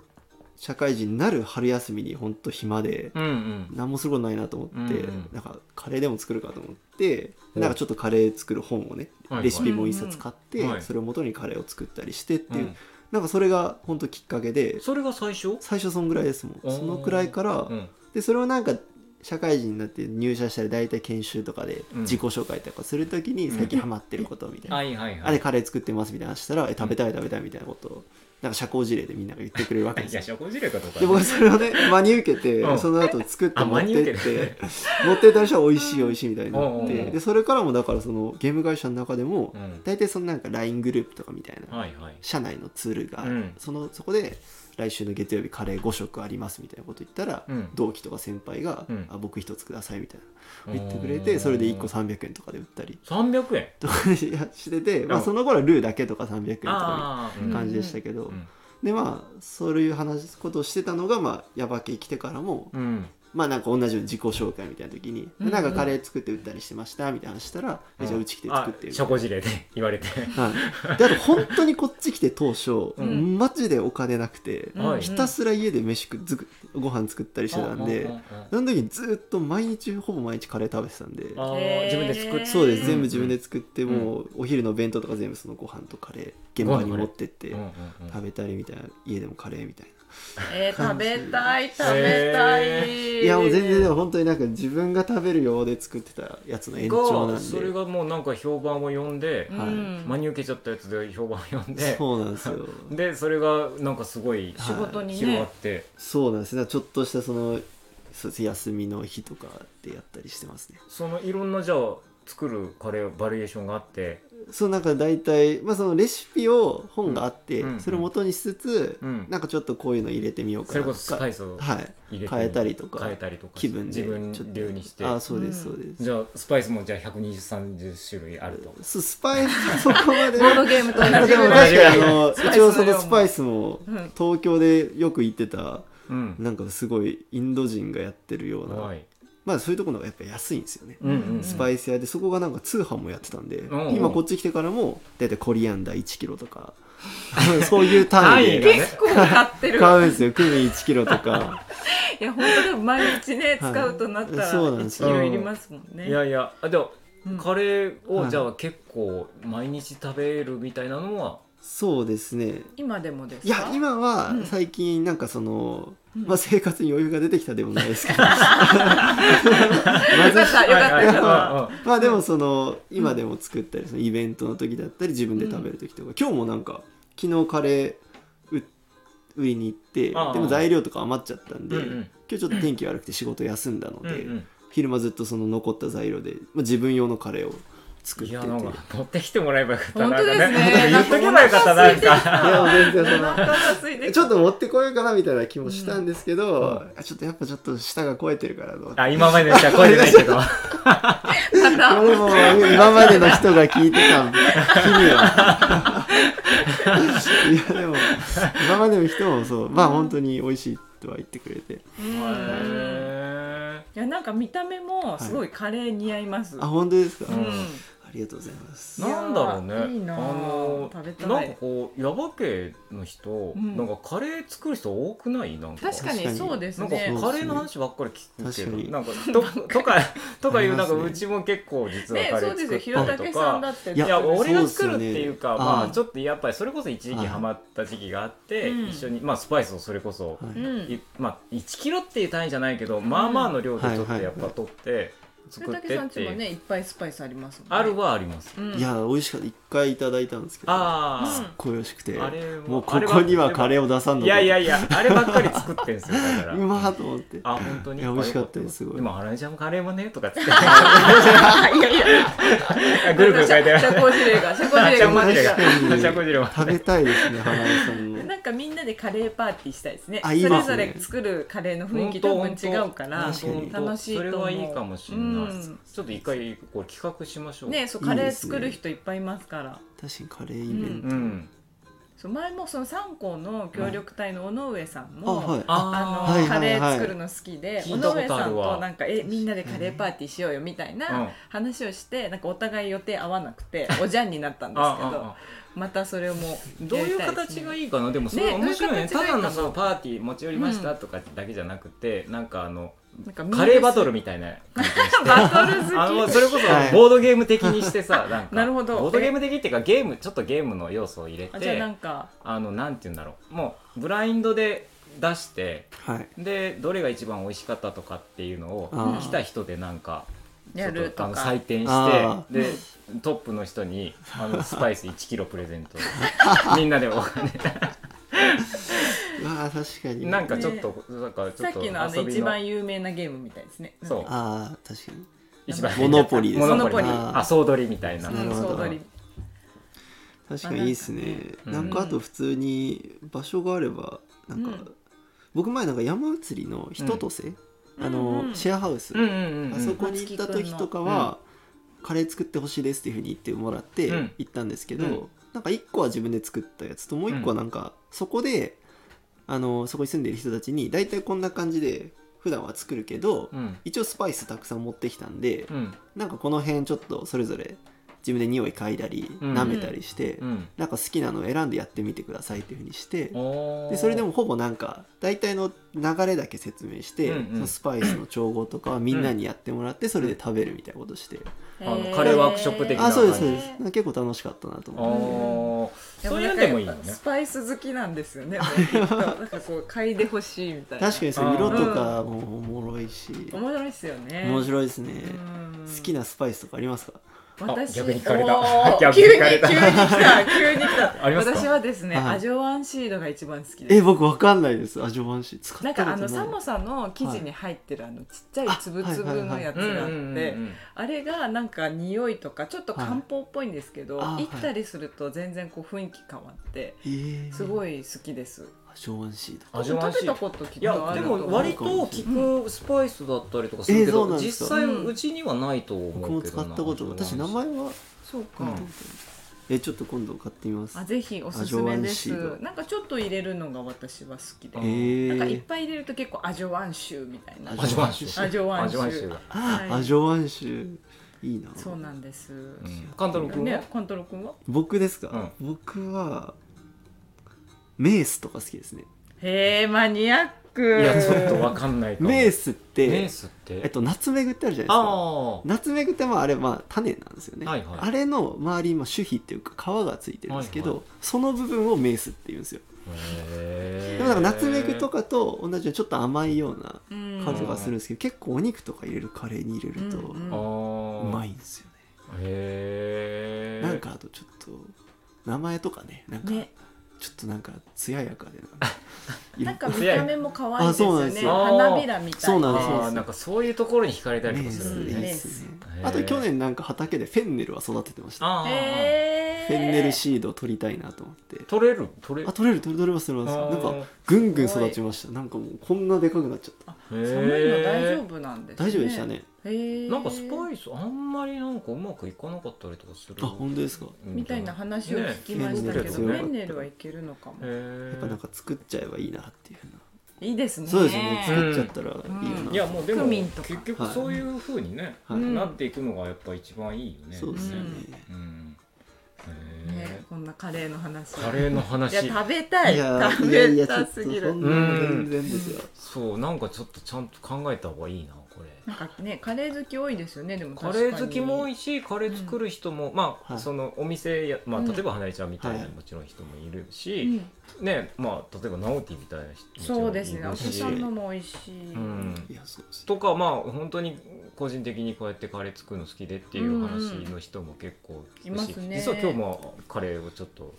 Speaker 3: 社会人になる春休みに本当暇で
Speaker 1: うんうん
Speaker 3: 何もすることないなと思って、
Speaker 1: うんうん
Speaker 3: なんかカレーでも作るかと思って、
Speaker 1: うん
Speaker 3: なんかちょっとカレー作る本をね、
Speaker 1: はいはい
Speaker 3: レシピ本一冊買って、
Speaker 1: うんうん
Speaker 3: それを元にカレーを作ったりしてっていう、
Speaker 1: うん
Speaker 3: なんかそれが本当きっかけで
Speaker 1: それが最初、
Speaker 3: 最初そんぐらいですも
Speaker 1: おー
Speaker 3: んそのくらいから、
Speaker 1: うん
Speaker 3: でそれをなんか社会人になって入社したり大体研修とかで
Speaker 1: うん
Speaker 3: 自己紹介とかするときに
Speaker 1: うん
Speaker 3: 最近ハマってることみたいな、
Speaker 1: はいはい
Speaker 3: あ
Speaker 1: は
Speaker 3: れ
Speaker 1: い
Speaker 3: カレー作ってますみたいな話したら、え食べたい食べたいみたいなことをなんか社交辞令でみんなが言ってくれるわけで
Speaker 1: い
Speaker 3: すよ
Speaker 1: や、社交辞令かとか
Speaker 3: で
Speaker 1: ね、
Speaker 3: 僕それをね真に受けて、
Speaker 1: うん
Speaker 3: その後作って
Speaker 1: あ
Speaker 3: 持っ
Speaker 1: 真に
Speaker 3: て
Speaker 1: 受
Speaker 3: って
Speaker 1: ける
Speaker 3: 持ってった人は美味しい美味しいみたいにな
Speaker 1: うん
Speaker 3: っ
Speaker 1: うんう
Speaker 3: て
Speaker 1: ん
Speaker 3: でそれからもだからそのゲーム会社の中でも
Speaker 1: うん。
Speaker 3: 大体そのなんか LINE グループとかみたいな
Speaker 1: はいはい。
Speaker 3: 社内のツールが、
Speaker 1: うん
Speaker 3: そのそこで来週の月曜日カレー5食ありますみたいなこと言ったら、
Speaker 1: うん
Speaker 3: 同期とか先輩が、
Speaker 1: うん
Speaker 3: あ僕一つくださいみたいな言ってくれてそれで1個300円とかで売ったり
Speaker 1: 300円
Speaker 3: とかしてて、まあ、
Speaker 1: うん
Speaker 3: その頃はルーだけとか300円とか
Speaker 1: ああ
Speaker 3: いう
Speaker 1: ー、
Speaker 3: 感じでしたけど、
Speaker 1: うん
Speaker 3: でまあそういう話ことをしてたのが、まあ、ヤバ系来てからも、
Speaker 1: うん。うん
Speaker 3: まあなんか同じように自己紹介みたいな時に、
Speaker 2: うんうん
Speaker 3: なんかカレー作って売ったりしてましたみたいな話したら、えじゃあうち来て作って
Speaker 1: あ
Speaker 3: よ
Speaker 1: 社交辞令で言われて。
Speaker 3: はい、 であと本当にこっち来て当初、
Speaker 1: うん
Speaker 3: マジでお金なくて、
Speaker 1: はい
Speaker 3: ひたすら家で飯くずくご飯作ったりしてたんで、
Speaker 1: ああ
Speaker 3: その時ずっと毎日ほぼ毎日カレー食べてたんで
Speaker 1: あああー自分で作っ
Speaker 2: へ
Speaker 1: て。
Speaker 2: ー
Speaker 3: そうです
Speaker 1: うん
Speaker 3: 全部自分で作って、もうお昼の弁当とか全部そのご飯とカレー現場に持ってって
Speaker 1: うんうんうん
Speaker 3: 食べたりみたいな家でもカレーみたいな。
Speaker 2: えー、食べたい食べたい、
Speaker 1: え
Speaker 3: いやもう全然でも本当になんか自分が食べるようで作ってたやつの延長なん
Speaker 1: が
Speaker 3: で
Speaker 1: それがもうなんか評判を呼んで、
Speaker 2: うん
Speaker 1: 真に受けちゃったやつで評判を呼んで
Speaker 3: そうなんです よ
Speaker 1: でそれがなんかすごい
Speaker 3: はい
Speaker 2: 仕事に
Speaker 1: 広が
Speaker 2: ね
Speaker 1: って、
Speaker 3: そうなんですねちょっとしたそのそうです休みの日とかでやったりしてますね
Speaker 1: そのいろんなじゃあ作るカレーバリエーションがあって、
Speaker 3: そうなんか大体、まあ、そのレシピを本があって、
Speaker 1: うん
Speaker 3: それを元にしつつ、
Speaker 1: うん
Speaker 3: なんかちょっとこういうの入れてみようか
Speaker 1: そ
Speaker 3: な
Speaker 1: れ
Speaker 3: とか
Speaker 1: こそスパイスを
Speaker 3: はい
Speaker 1: 入れて
Speaker 3: 変えたりとか
Speaker 1: 変えたりとか
Speaker 3: 気分で
Speaker 1: 自分
Speaker 3: ちょっと
Speaker 1: 流にして
Speaker 3: あそうですそうです、
Speaker 1: じゃあスパイスもじゃあ12030種類あると
Speaker 3: そうスパイスそこまで
Speaker 2: ボードゲームと同じ
Speaker 3: でも
Speaker 2: ぐ
Speaker 3: 確
Speaker 2: らい
Speaker 3: かにあの
Speaker 2: スパイスの量も
Speaker 3: 一応そのスパイスも
Speaker 2: うん
Speaker 3: 東京でよく行ってた
Speaker 1: うん
Speaker 3: なんかすごいインド人がやってるような
Speaker 1: はい
Speaker 3: まあそういうところがやっぱ安いんですよね、
Speaker 1: うんうんうん
Speaker 3: スパイス屋でそこがなんか通販もやってたんで、
Speaker 1: うん
Speaker 3: 今こっち来てからも大体コリアンダー1キロとかそういう単位
Speaker 1: 単位
Speaker 3: で
Speaker 1: が
Speaker 2: 結構買ってる
Speaker 3: 買うんですよクミン1キロとか
Speaker 2: いや本当でも毎日ね使うとなったら
Speaker 3: そうなんです
Speaker 1: よ
Speaker 2: 1キロいりますもんね
Speaker 1: いやいやあでも、
Speaker 2: うん
Speaker 1: カレー
Speaker 3: は
Speaker 1: を
Speaker 3: い
Speaker 1: じゃあ結構毎日食べるみたいなのは、
Speaker 3: そうですね
Speaker 2: 今でもですか
Speaker 3: いや今は
Speaker 2: うん
Speaker 3: 最近なんかその、
Speaker 2: うん
Speaker 3: まあ、生活に余裕が出てきたでもないですけど
Speaker 2: よかったよかったよかっ
Speaker 1: は
Speaker 3: まあでもその今でも作ったりそのイベントの時だったり自分で食べる時とか、今日もなんか昨日カレーう売りに行ってで
Speaker 1: ああ
Speaker 3: も材料とか余っちゃったん
Speaker 1: い
Speaker 3: で、
Speaker 1: はいうん
Speaker 3: 今日ちょっと天気悪くて仕事休んだの
Speaker 1: うんう
Speaker 3: で、
Speaker 1: ん
Speaker 3: 昼間ずっとその残った材料で、まあ、自分用のカレーを
Speaker 1: う
Speaker 3: 作
Speaker 1: ん、
Speaker 3: っ
Speaker 1: い
Speaker 3: ててい
Speaker 1: や
Speaker 3: や
Speaker 1: なん か持ってきてもらえばよかった
Speaker 2: 本当です
Speaker 1: な
Speaker 2: ね
Speaker 1: んか言っとけばよかったなんか
Speaker 3: 全然そ
Speaker 2: た お
Speaker 3: の
Speaker 2: 腹が空いてきた
Speaker 3: ちょっと持ってこようかなみたいな気もしたんですけど、
Speaker 1: うん
Speaker 3: あちょっとやっぱちょっと舌が肥えてるからと思って
Speaker 1: あ今までじゃ超えてないけど
Speaker 2: また
Speaker 3: これも今までの人が聞いてた日に はいやでも今までの人もそうまあ本当に美味しいとは言ってくれて
Speaker 2: うん
Speaker 1: へ
Speaker 2: いやなんか見た目もすごいカレー似合います、
Speaker 3: あ本当ですか、
Speaker 1: う
Speaker 3: あ
Speaker 1: ん
Speaker 3: りがとうございます
Speaker 1: ーなんだろうね
Speaker 2: いいな
Speaker 1: あ
Speaker 2: あ
Speaker 1: の
Speaker 2: 食べたい
Speaker 1: なんかこうヤバ系の人、
Speaker 2: うん
Speaker 1: なんかカレー作る人多くないなんか
Speaker 2: 確かにそうです
Speaker 1: なんか
Speaker 2: ね
Speaker 1: カレーの話ばっかり聞くけど、
Speaker 3: 確かに
Speaker 1: なんかと とかとかいうなんか
Speaker 3: ありま
Speaker 1: う
Speaker 3: すね
Speaker 1: ちも結構実は
Speaker 2: ね
Speaker 1: カレ
Speaker 2: そう
Speaker 1: ー
Speaker 2: です
Speaker 1: 作
Speaker 2: よ
Speaker 1: っ
Speaker 2: 平
Speaker 1: たり
Speaker 2: 武
Speaker 1: と
Speaker 2: さん
Speaker 1: か
Speaker 2: だって
Speaker 3: いや
Speaker 1: いや俺が
Speaker 3: そ
Speaker 1: 作
Speaker 3: うっ
Speaker 1: るっ
Speaker 3: すよね
Speaker 1: ていうか
Speaker 3: あー
Speaker 1: まあちょっとやっぱりそれこそ一時期
Speaker 3: はい
Speaker 1: ハマった時期があって、
Speaker 2: うん
Speaker 1: 一緒にまあスパイスをそれこそ、
Speaker 3: はい
Speaker 2: うん
Speaker 1: いまあ1キロっていう単位じゃないけど、まあまあの量でちょっとやっぱ取って作
Speaker 2: 平
Speaker 1: って
Speaker 2: 武さ
Speaker 1: っ
Speaker 2: んち
Speaker 1: てい
Speaker 2: も
Speaker 1: う、
Speaker 2: ねいっぱいスパイスありますもんね
Speaker 1: あるはあります。
Speaker 2: うん、
Speaker 3: いや美味しかった一回いただいたんですけど
Speaker 1: あ
Speaker 3: すっごい美味しくて
Speaker 1: あれは
Speaker 3: もうここにはカレーを出さん
Speaker 1: あ
Speaker 3: の
Speaker 1: いやいやいやあればっかり作ってんですよだから。
Speaker 3: うまーと思って
Speaker 1: あ本当に
Speaker 3: いや美味しかったですすごい
Speaker 1: でも花江ちゃんもカレーもねとかっつって いやいやぐるぐる変えて
Speaker 2: 社交辞令が社交
Speaker 1: 花江ち
Speaker 2: 辞令
Speaker 1: ゃんも
Speaker 2: が
Speaker 1: っ
Speaker 3: 待
Speaker 1: て
Speaker 3: っ
Speaker 1: る
Speaker 3: てる
Speaker 1: 花江ちゃんこじる
Speaker 3: 食べたいですね花江さんの
Speaker 2: なんかみんなでカレーパーティーしたいですね
Speaker 3: あいいで
Speaker 2: そ
Speaker 3: すね
Speaker 2: れぞれ作るカレーの雰囲気多分違うから
Speaker 3: 確かに
Speaker 2: 楽しい
Speaker 1: それ
Speaker 2: と思う
Speaker 1: はいいかもしれない、
Speaker 2: うん
Speaker 1: ちょっと一回こう企画しましょう
Speaker 2: ねそうカレー作る人いっぱいいますから
Speaker 3: 確かにカレーイベント、
Speaker 1: うん
Speaker 2: そう前もその三校の協力隊の尾上さんも、
Speaker 3: あはい
Speaker 2: あ
Speaker 1: あ
Speaker 2: の
Speaker 3: はい
Speaker 2: カレー作るの好きで、
Speaker 1: 聞いたことあ
Speaker 2: 尾上さん
Speaker 1: るわ
Speaker 2: となんかえみんなでカレーパーティーしようよみたい
Speaker 1: うん
Speaker 2: な話をして、なんかお互い予定合わなくておじゃんになったん
Speaker 1: ー
Speaker 2: ですけど
Speaker 1: あ
Speaker 2: またそれも
Speaker 1: ーどういう形が
Speaker 2: い
Speaker 1: いいかなでもそれ
Speaker 2: ね
Speaker 1: 面白いね
Speaker 2: どう
Speaker 1: た
Speaker 2: いう形がいいか
Speaker 1: だ
Speaker 2: な
Speaker 1: のそのパーティー持ち寄りましたとかだけじゃなくてなんかあの
Speaker 2: なんか
Speaker 1: カレーバト
Speaker 2: ル
Speaker 1: ルみたいな感じにして
Speaker 2: バトル好き
Speaker 1: あのそれこそ
Speaker 3: はい
Speaker 1: ボードゲーム的にして さ、なんか
Speaker 2: なるほど
Speaker 1: ボードゲーム的っていうかゲームちょっとゲームの要素を入れ
Speaker 2: あじゃあな
Speaker 1: て
Speaker 2: んか
Speaker 1: あのなんて言うんだろうもうブラインドで出して
Speaker 3: はい
Speaker 1: でどれが一番美味しかったとかっていうのを
Speaker 3: あー
Speaker 1: 来た人でなんかちょ
Speaker 2: や
Speaker 1: っと
Speaker 2: ると
Speaker 1: あの
Speaker 2: か
Speaker 1: 採点
Speaker 3: あ
Speaker 1: してでトップの人にあのスパイス1キロプレゼント みんなでお金
Speaker 3: わあ確かに
Speaker 1: なんかちょっと、なんかちょ
Speaker 2: さ
Speaker 1: っ
Speaker 2: っ
Speaker 1: と
Speaker 2: きのあの
Speaker 1: 遊び
Speaker 2: 一
Speaker 1: の
Speaker 2: 番有名なゲームみたいですね
Speaker 1: そう
Speaker 3: ああ確かに
Speaker 1: 一番
Speaker 3: モノポリです
Speaker 1: モノポ
Speaker 2: モノポ
Speaker 1: リ
Speaker 2: リ
Speaker 1: あ総取りみたいな
Speaker 2: う
Speaker 3: な
Speaker 2: ん
Speaker 3: るほど
Speaker 2: 総取り
Speaker 3: 確かにいいですね
Speaker 1: まあ
Speaker 3: な
Speaker 1: なんんかね
Speaker 3: かあと普通に場所があればなんか、
Speaker 2: うん
Speaker 3: 僕前なんか山移りの人とせ、あの、
Speaker 2: うんうん
Speaker 3: シェアハウス、
Speaker 1: うんうんうん
Speaker 3: あそこに行った時とかは、カレー作ってほしいですっていうふうに言ってもらって
Speaker 1: うん
Speaker 3: 行ったんですけど、
Speaker 1: うん
Speaker 3: なんか1個は自分で作ったやつともう1個はなんかそこで、あのそこに住んでいる人たちに大体こんな感じで普段は作るけど、
Speaker 1: うん
Speaker 3: 一応スパイスたくさん持ってきたんで、
Speaker 1: うん
Speaker 3: なんかこの辺ちょっとそれぞれ自分で匂い嗅いだり
Speaker 1: うん
Speaker 3: 舐めたりして、
Speaker 1: うん
Speaker 3: なんか好きなのを選んでやってみてくださいっていうふうにして
Speaker 1: おー
Speaker 3: でそれでもほぼなんか大体の流れだけ説明して、
Speaker 1: うんうん
Speaker 3: そのスパイスの調合とかはみんなにやってもらってそれで食べるみたいなことして、
Speaker 1: あの
Speaker 2: へ
Speaker 1: カレーワークショップ的な
Speaker 3: あそうで
Speaker 1: へー
Speaker 3: すそうですなんか結構楽しかったなと
Speaker 1: あ
Speaker 3: 思って
Speaker 1: ーそう
Speaker 2: な
Speaker 1: う
Speaker 2: いんか
Speaker 1: のでもいいよね
Speaker 2: スパイス好きなんですよねもうきっとなんかこう嗅いでほしいみたいな
Speaker 3: 確かにそう色とかもおもろいし、
Speaker 2: 面白いですよね
Speaker 3: 面白いですね、
Speaker 2: うん
Speaker 3: 好きなスパイスとかありますか
Speaker 2: 私
Speaker 1: あ逆に聞かれた
Speaker 2: おー
Speaker 1: 逆に聞かれた
Speaker 2: 急に急に来た急に来 た
Speaker 1: ありますか
Speaker 2: 私はですね、
Speaker 3: はい
Speaker 2: アジョワンシードが一番好きで
Speaker 3: え
Speaker 2: す
Speaker 3: 僕わかんないですアジョバンシ使った
Speaker 2: なん
Speaker 3: こと
Speaker 2: か
Speaker 3: ない
Speaker 2: あのサモサの生地に入ってるあのちっちゃいつぶつぶのやつ
Speaker 1: うんうん
Speaker 2: があっ
Speaker 1: うんう
Speaker 2: て
Speaker 1: ん
Speaker 2: あれがなんか匂いとかちょっと漢方っぽいんですけど、
Speaker 3: はいあ
Speaker 2: 行ったりすると全然こう雰囲気変わって
Speaker 3: えー、
Speaker 2: す
Speaker 3: い
Speaker 2: ごい好きです、
Speaker 3: アジョバンシだ
Speaker 1: アジョワンシ
Speaker 2: 食べ
Speaker 1: ー
Speaker 2: た
Speaker 1: ド
Speaker 2: こときっ
Speaker 4: いや
Speaker 2: とあ
Speaker 4: で
Speaker 2: ると
Speaker 4: も割と聞くスパイスだったりとかす
Speaker 3: え
Speaker 4: る
Speaker 3: ー
Speaker 4: け
Speaker 3: そ
Speaker 4: ど、
Speaker 3: うなんですか
Speaker 4: 実際うちにはないと思うけどな
Speaker 3: 僕も使ったこと私名前は
Speaker 2: そうか、
Speaker 3: うんえちょっと今度買ってみます
Speaker 2: あぜひおすすめです
Speaker 3: アジョワンシード
Speaker 2: なんかちょっと入れるのが私は好きで、
Speaker 1: え
Speaker 2: なんかいっ
Speaker 3: え
Speaker 2: ぱい入れると結構アジョワンシューみたいな
Speaker 1: アジョワンシュ
Speaker 2: アジョワンシュ
Speaker 1: アジョワンが
Speaker 2: はい
Speaker 3: ー、アジョワン州いいな
Speaker 2: そうなんです、
Speaker 1: うんカントロ君は
Speaker 2: ね、コントロ君は
Speaker 3: 僕ですか、僕はメースとか好きですね
Speaker 2: へえマニアッ
Speaker 1: い
Speaker 2: ク
Speaker 1: やちょっとわかんないかも
Speaker 3: メースっ
Speaker 1: メー
Speaker 3: て
Speaker 1: スっ
Speaker 3: えってとナツメグってあるじゃないですか
Speaker 1: あ
Speaker 3: ナツメグってまああれまあ種なんですよね、
Speaker 1: はいはい
Speaker 3: あれの周りにまあ種皮っていうか皮がついてるんですけど、
Speaker 1: はい
Speaker 3: その部分をメースっていうんですよ
Speaker 1: あへー
Speaker 3: でもなんかナツメグとかと同じようにちょっと甘いような
Speaker 2: うん
Speaker 3: 感じがするんですけど、結構お肉とか入れるカレーに入れると
Speaker 2: うん
Speaker 3: う
Speaker 1: あー
Speaker 3: まいんですよね、
Speaker 1: へえ
Speaker 3: なんかあとちょっと名前とかねなんか
Speaker 2: ね
Speaker 3: ちょっとなんか艶やかでなんか
Speaker 2: なんか見た目も可愛いです
Speaker 3: あそう
Speaker 2: よ
Speaker 3: なんで
Speaker 2: ね
Speaker 3: すよ
Speaker 2: 花びらみたいな
Speaker 3: そうなんですよ
Speaker 1: あーなんかそういうところに惹かれたりとかする
Speaker 2: ね
Speaker 1: ね
Speaker 2: ね
Speaker 3: ですね
Speaker 1: へー
Speaker 3: あと去年なんか畑でフェンネルは育ててました
Speaker 1: あー
Speaker 2: へえ
Speaker 3: フェンネルシードを取りたいなと思って
Speaker 1: 取れる取れ
Speaker 3: あ取れる取れる取れます取れますなん
Speaker 1: あー
Speaker 3: かぐんぐん育ちましたなんかもうこんなでかくなっちゃった
Speaker 1: 寒
Speaker 2: 寒いの大丈夫なんですね
Speaker 3: 大丈夫でしたね
Speaker 2: へえ
Speaker 1: なんかスパイスあんまりなんかうまくいかなかったりとかする
Speaker 3: あ本当ですか
Speaker 2: みたいな話を聞きましたけど
Speaker 1: ね
Speaker 2: フェンネルはいけるのかも
Speaker 1: へ
Speaker 3: やっぱなんか作っちゃえばいいなっていうふうない
Speaker 2: いですね
Speaker 3: そうですね
Speaker 1: うん
Speaker 3: 作っちゃったらいいよ
Speaker 2: うん
Speaker 1: いや
Speaker 3: な
Speaker 1: もうでも
Speaker 2: クミンとか
Speaker 1: 結局そういうふうにね、
Speaker 3: はい
Speaker 1: なっていくのがやっぱ一番いいよね。
Speaker 3: そうですよね
Speaker 1: うんへ
Speaker 2: ね
Speaker 1: え
Speaker 2: こんなカレーの話
Speaker 1: カレーの
Speaker 2: いや
Speaker 1: 話
Speaker 2: 食べたい
Speaker 3: いや
Speaker 2: 食
Speaker 3: いやい
Speaker 2: べ
Speaker 3: やちょ
Speaker 2: た
Speaker 3: っと
Speaker 2: す
Speaker 3: そ
Speaker 2: ぎる
Speaker 3: んなの全然ですよ
Speaker 1: そうなんかちょっとちゃんと考えた方がいいなこれ。
Speaker 2: なんかねカレー好き多いですよねでも
Speaker 1: カ
Speaker 2: 確か
Speaker 1: レ
Speaker 2: に
Speaker 1: ー好きも多いしカレー作る人も、まあ、
Speaker 3: はい
Speaker 1: そのお店や、まあ、
Speaker 2: うん
Speaker 1: 例えば花江ちゃんみたいな、
Speaker 3: はい
Speaker 1: もちろん人もいる
Speaker 2: う
Speaker 1: し、
Speaker 2: ん
Speaker 1: ねまあ、例えばナオティみたいな人もちろんいるし
Speaker 2: そうですねお子
Speaker 3: 私
Speaker 2: さんのも美味しい
Speaker 1: うん
Speaker 3: いやそうですね
Speaker 1: とかまあ本当に個人的にこうやってカレー作るの好きでっていう話の人も結構聞くし
Speaker 2: うんうんいますね
Speaker 1: 実は今日もカレーをちょっと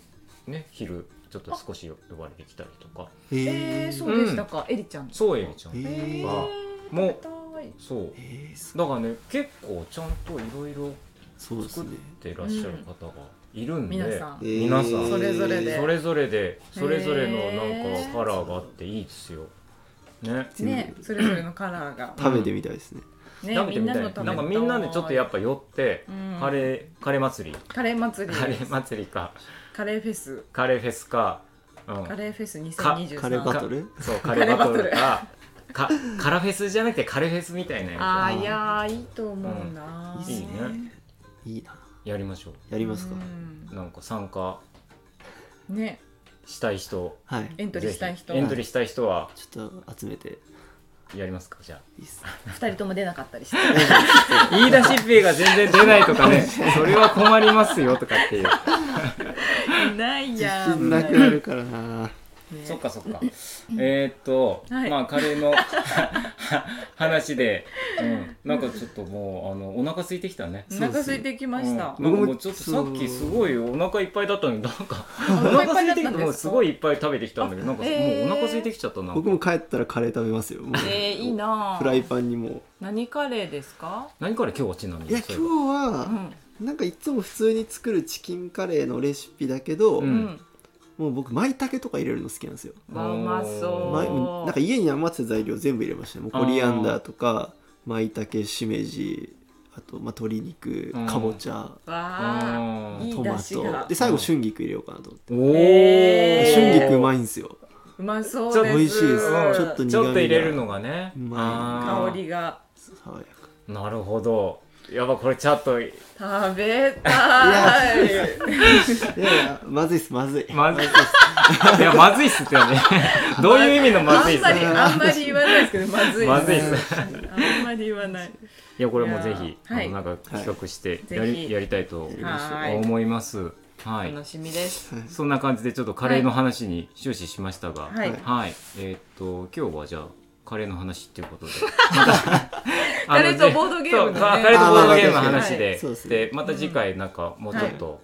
Speaker 1: ね昼ちょっと少し呼ばれてきたりとか
Speaker 2: えー、
Speaker 3: ー
Speaker 2: そうでしたか、エリちゃん。
Speaker 1: そうえりちゃん
Speaker 3: え
Speaker 1: とか、
Speaker 3: ー
Speaker 1: もう
Speaker 2: 食べたい
Speaker 1: そう
Speaker 3: えーすごい
Speaker 1: だからね結構ちゃんといろいろ
Speaker 3: そうです
Speaker 1: 作っ
Speaker 3: ね
Speaker 1: てらっしゃる方がいるんで、
Speaker 2: 皆さん、
Speaker 1: 皆さん
Speaker 3: えー
Speaker 1: そ
Speaker 2: れぞれで
Speaker 1: それぞれでそれぞれの
Speaker 2: へ
Speaker 1: なん
Speaker 2: ー
Speaker 1: かカラーがあっていいですよ。ね、
Speaker 2: ね、それぞれのカラーが。
Speaker 3: 食べてみたいですね
Speaker 2: ね、
Speaker 1: 食べ
Speaker 2: み
Speaker 1: て
Speaker 2: ん
Speaker 1: み
Speaker 2: な
Speaker 1: たい
Speaker 2: の食べたい
Speaker 1: なんかみんなでちょっとやっぱ寄って、
Speaker 2: うん
Speaker 1: カレーカレー祭り
Speaker 2: カレー祭り。
Speaker 1: カレー祭りか
Speaker 2: カレーフェス。
Speaker 1: カレーフェスか、うん、
Speaker 2: カレーフェス2023。
Speaker 3: カレーバトル
Speaker 1: そうカ
Speaker 2: レ
Speaker 1: レ
Speaker 2: ー
Speaker 1: ーバ
Speaker 2: バ
Speaker 1: ト
Speaker 2: トル
Speaker 1: ルかかカラフェスじゃなくてカレーフェスみたいな
Speaker 2: あ
Speaker 1: や
Speaker 2: ーいやーいいと思うな、
Speaker 3: うん
Speaker 1: ついいね
Speaker 3: いいな
Speaker 1: やりましょ
Speaker 3: やりますか
Speaker 2: うん
Speaker 1: うなんか参加
Speaker 2: ね、
Speaker 1: したい人
Speaker 3: はい
Speaker 2: エントリーしたい人
Speaker 1: ぜひエントリーしたい人は
Speaker 3: ちょっと集めて
Speaker 1: やりますかじゃ
Speaker 3: いいっす
Speaker 2: 二人とも出なかったりして。
Speaker 1: あ言い出しっぺが全然出ないとか ねそれは困りますよとかっていう
Speaker 2: ない
Speaker 3: 自
Speaker 2: やん
Speaker 3: 信なくなるからな
Speaker 2: ね
Speaker 1: そっかそっか。えーっと、
Speaker 2: はい
Speaker 1: まあカレーの はは話で、うん、なんかちょっともうあのお腹空いてきたね。
Speaker 2: お腹空いてきました、
Speaker 1: うんなんか
Speaker 3: 僕
Speaker 1: も
Speaker 3: も
Speaker 1: うちょっとさっきすごいお腹いっぱいだったのになんか
Speaker 2: お
Speaker 1: お腹空い
Speaker 2: だ
Speaker 1: てき
Speaker 2: ったん
Speaker 1: もうすごいいっぱい食べてきたんだけどなんかも
Speaker 2: あえ
Speaker 1: う
Speaker 2: ー
Speaker 1: お腹空いてきちゃったな。
Speaker 3: 僕も帰ったらカレー食べますよもう
Speaker 2: えー、いいなあ
Speaker 3: フライパンにも
Speaker 2: 何カレーですか
Speaker 1: 何から今日はちなみ
Speaker 3: いや
Speaker 1: に。そ
Speaker 3: 今日
Speaker 1: ういえば
Speaker 2: う
Speaker 3: は
Speaker 2: ん
Speaker 3: なんかいつも普通に作るチキンカレーのレシピだけど、
Speaker 1: う
Speaker 2: うんん
Speaker 3: もう僕舞茸とか入れるの好きなんですよ
Speaker 2: わうま
Speaker 1: おー
Speaker 3: まい
Speaker 2: そ
Speaker 3: な
Speaker 2: うん
Speaker 3: か家に余ってた材料全部入れましたねもうコリアンダーとか舞茸しめじあと、まあ、鶏肉
Speaker 1: うん
Speaker 3: かぼちゃ
Speaker 2: わあ
Speaker 1: あー
Speaker 2: いい
Speaker 3: トマ
Speaker 2: 出汁が
Speaker 3: トで最後春菊入れようかなと思って、
Speaker 1: おお、
Speaker 2: えー
Speaker 3: 春菊う
Speaker 1: い。
Speaker 3: まいんですよ
Speaker 2: うまそ
Speaker 1: ちょっ
Speaker 2: うです
Speaker 1: と
Speaker 3: 美味しいです
Speaker 1: うん
Speaker 3: ちょっと苦味が
Speaker 1: ちょっと入れるのがね。
Speaker 3: うまい
Speaker 1: あー
Speaker 2: 香りが
Speaker 3: 爽やか
Speaker 1: なるほど。やばこれちょっと
Speaker 2: 食べたい
Speaker 3: いやいやまずいっすまずい
Speaker 1: まずいっす。いや、まずいっすって ね。どういう意味のまずいっす
Speaker 2: あんまりあんまり言わないですけどまずい
Speaker 1: まずいっす。
Speaker 2: すあんまり言わない
Speaker 1: いや、これもぜひ、
Speaker 2: いやー
Speaker 1: あのなんか企画して
Speaker 2: はい
Speaker 1: やり,、
Speaker 2: ぜひ
Speaker 1: やりたいと
Speaker 2: はい
Speaker 1: 思います。はい。
Speaker 2: 楽しみです
Speaker 3: はい
Speaker 1: そんな感じでちょっとカレーの話に終始しましたが、
Speaker 2: はい
Speaker 1: えーっと、今日はじゃあ、カレーの話っていう ことで。また
Speaker 2: カレーとボードゲームのね
Speaker 1: そうカカレーとボードゲームの話
Speaker 3: は
Speaker 1: で
Speaker 3: いそうです、ね
Speaker 1: で、また次回なんかもうちょっと、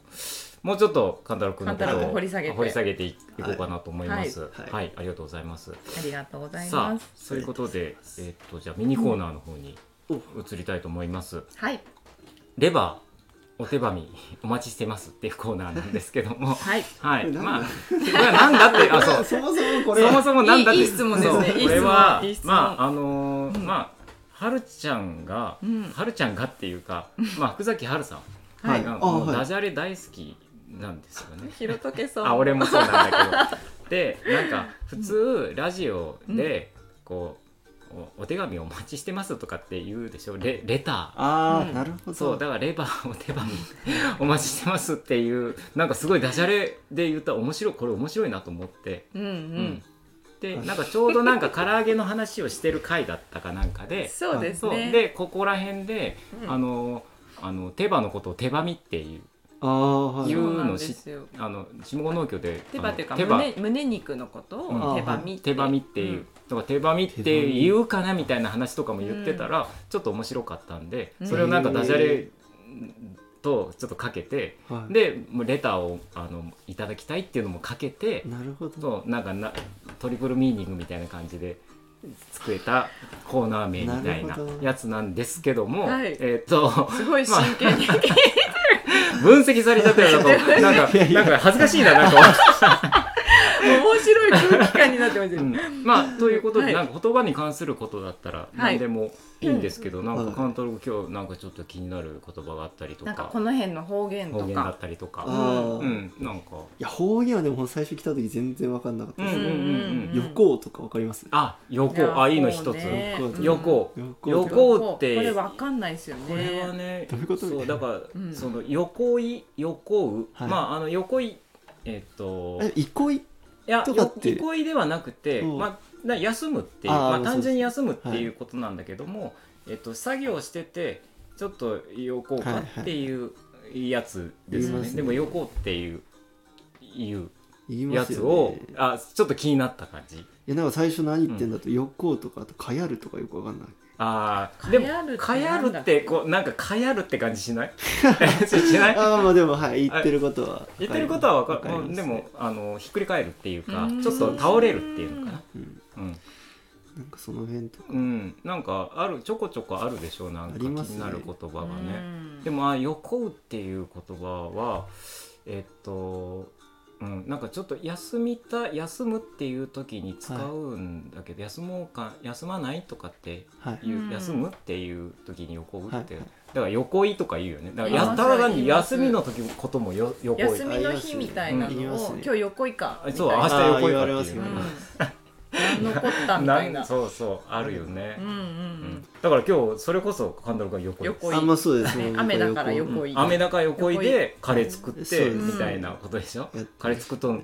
Speaker 1: もうちょっとカンタロウ君のこ
Speaker 2: 勘
Speaker 1: と
Speaker 2: 太
Speaker 1: を
Speaker 2: 郎掘り下げて
Speaker 1: ていこうかなと思います。
Speaker 3: はいはい
Speaker 1: はい、ありがとうございます。
Speaker 2: ありがとうござい
Speaker 1: さ
Speaker 2: ま
Speaker 1: あ
Speaker 2: す
Speaker 1: そういうことで、えーっとじゃあミニコーナーの方に
Speaker 3: お
Speaker 1: 移りたいと思います。
Speaker 2: はい
Speaker 1: レバーお手紙お待ちしてますっていうコーナーなんですけども、
Speaker 2: はい
Speaker 1: はい、
Speaker 3: これ何
Speaker 1: まあこれはなんだってあそう
Speaker 3: そもそもこれ
Speaker 1: そもそもなんだって
Speaker 2: いいいい質問ですね
Speaker 1: そう
Speaker 2: いい質問
Speaker 1: これはい
Speaker 2: い質問
Speaker 1: まああのー
Speaker 2: うん
Speaker 1: まあはるちゃんが、
Speaker 2: うん
Speaker 1: はるちゃんがっていうか、まあ福崎はるさん
Speaker 3: は
Speaker 2: はい
Speaker 3: い
Speaker 1: が
Speaker 3: あ
Speaker 1: もう
Speaker 3: はい
Speaker 1: ダジャレ大好きなんですよね。
Speaker 2: ひろとけそう
Speaker 1: あ俺もそうなんだ けどでなんか普通ラジオでこう、おお手紙お待ちしてますとかって言うでしょレレタ
Speaker 3: あ
Speaker 2: う
Speaker 3: あ
Speaker 2: ん
Speaker 3: なるほ
Speaker 1: ー
Speaker 3: ど
Speaker 1: そうだからレバーお手紙 お待ちしてますっていうなんかすごいダジャレで言ったら面白いこれ面白いなと思って、
Speaker 2: うんう
Speaker 1: うん
Speaker 2: ん
Speaker 1: でなんかちょうどなんか唐揚げの話をしてる回だったかなんかで
Speaker 2: そうです
Speaker 1: そう
Speaker 2: ね
Speaker 1: でここら辺で、
Speaker 2: うん
Speaker 1: あのあの手羽のことを手羽みっていう
Speaker 3: ああはい
Speaker 1: 言
Speaker 2: そうな
Speaker 1: の
Speaker 2: ん
Speaker 1: 知
Speaker 2: で
Speaker 1: っ
Speaker 2: すよ
Speaker 1: あの下郷農協で
Speaker 2: 手羽というか
Speaker 1: あの手羽
Speaker 2: 胸胸肉のことを手羽みって
Speaker 1: 手羽見っていう、とか手羽見って言うかなみたいな話とかも言ってたら、ちょっと面白かったんで、
Speaker 2: うん
Speaker 1: それをなんかダジャレとちょっとかけて、
Speaker 3: はい
Speaker 1: でもうレターをあのいただきたいっていうのもかけて、
Speaker 3: なるほど
Speaker 1: そうなんかなトリプルミーニングみたいな感じで。作れたコーナー名みたい
Speaker 3: な
Speaker 1: な
Speaker 3: るほど
Speaker 1: やつなんですけども、
Speaker 2: はい
Speaker 1: えっ、と
Speaker 2: すごい真剣に、
Speaker 1: 分析されちゃったよなんかなんかなんか恥ずかしいななんか
Speaker 2: 面白い空気感になってますよ、
Speaker 1: うんまあということで、
Speaker 2: はい
Speaker 1: なんか言葉に関することだったら何でもいいんですけど、なん
Speaker 3: は
Speaker 1: か
Speaker 3: い
Speaker 1: カントロ今日なんかちょっと気になる言葉があったりと
Speaker 2: なんか
Speaker 1: か
Speaker 2: この辺の方言と
Speaker 1: 方言だ
Speaker 2: か
Speaker 1: ったりと
Speaker 3: あ
Speaker 1: か、
Speaker 3: あ、
Speaker 1: う
Speaker 3: い
Speaker 1: ん、なんか、
Speaker 3: や方言はでも最初来た時全然分かんなかった
Speaker 1: うん
Speaker 3: で
Speaker 1: うん
Speaker 3: す、
Speaker 1: うん
Speaker 3: よ
Speaker 1: うん、
Speaker 2: うん
Speaker 3: 横尾とか分かります
Speaker 1: あ
Speaker 2: い
Speaker 1: 横
Speaker 2: や
Speaker 1: あいいの一つ、
Speaker 2: ね
Speaker 3: 横
Speaker 1: 横
Speaker 3: 横尾とか
Speaker 1: 横尾って
Speaker 2: これわかんないですよね
Speaker 1: これはね
Speaker 3: どういうこと
Speaker 1: そうだから、
Speaker 2: うん
Speaker 1: その横井横う、
Speaker 3: はい
Speaker 1: まああの横井えっ、と
Speaker 3: え憩い
Speaker 1: いや
Speaker 3: とかって
Speaker 1: よ憩いではなくて、
Speaker 3: うん
Speaker 1: まあ、な休むっていう
Speaker 3: あー
Speaker 1: まあ、
Speaker 3: そう
Speaker 1: 単純に休むっていうことなんだけども、えっと、作業しててちょっと横うかっていうやつですよ
Speaker 3: はい
Speaker 1: ね,、
Speaker 3: はい
Speaker 1: でも横っていういう
Speaker 3: 言いま
Speaker 1: や
Speaker 3: す
Speaker 1: つ
Speaker 3: よ
Speaker 1: を、
Speaker 3: ね
Speaker 1: あちょっと気になった感じ
Speaker 3: いやなんか最初何言ってんだと横尾とかあとかやるとかよく分かんない
Speaker 1: あーでも
Speaker 2: かやる
Speaker 1: かやるっ
Speaker 2: ってなんだ
Speaker 1: てこうなんかかやるって感じしない しない
Speaker 3: ああまあでもはい言ってることは
Speaker 1: 言ってることは分かる、
Speaker 3: わります
Speaker 1: でもあのひっくり返るっていうか
Speaker 2: うん
Speaker 1: ちょっと倒れるっていうのかな
Speaker 3: うん
Speaker 1: うん
Speaker 3: なんかその辺とか
Speaker 1: うん、なんかあるちょこちょこあるでしょうなんか
Speaker 3: あ
Speaker 1: 気
Speaker 3: りますね
Speaker 1: になる言葉がね。
Speaker 2: うん
Speaker 1: でもあ横うっていう言葉はえっと、うん、なんかちょっと休みた休むっていう時に使うんだけど、休もうか休まないとかって
Speaker 3: はい
Speaker 1: いう、
Speaker 2: うん
Speaker 1: 休むっていう時に横うって、
Speaker 3: はいはい
Speaker 1: だから横いとか言うよねだから
Speaker 2: 言
Speaker 1: や
Speaker 2: います
Speaker 1: たら
Speaker 2: 言
Speaker 1: に
Speaker 2: います
Speaker 1: 休みの時こともよ横い
Speaker 2: 休みの日みたいな
Speaker 3: 言い
Speaker 2: の
Speaker 3: ます
Speaker 2: を、
Speaker 3: ね
Speaker 2: 今日横いかみたい
Speaker 1: そう
Speaker 2: な
Speaker 1: 明日
Speaker 3: あー
Speaker 1: 横い
Speaker 3: 言
Speaker 1: か
Speaker 3: わ
Speaker 1: っ
Speaker 3: れま
Speaker 1: て
Speaker 3: す
Speaker 1: い
Speaker 3: よ
Speaker 1: う
Speaker 3: ね
Speaker 1: ね。
Speaker 2: うん、残ったみたいな
Speaker 1: そうそうあるよね。
Speaker 2: うんうん
Speaker 1: うんだから今日それこそ神田君が横井
Speaker 2: 横井
Speaker 3: あんまそうですね
Speaker 2: うん、雨だから
Speaker 3: 横
Speaker 2: 横い、
Speaker 1: 雨だから横井でカレー作っ
Speaker 3: うんそう
Speaker 1: て
Speaker 3: です
Speaker 1: みたいなことでしょ
Speaker 3: うん
Speaker 1: カレー作っとん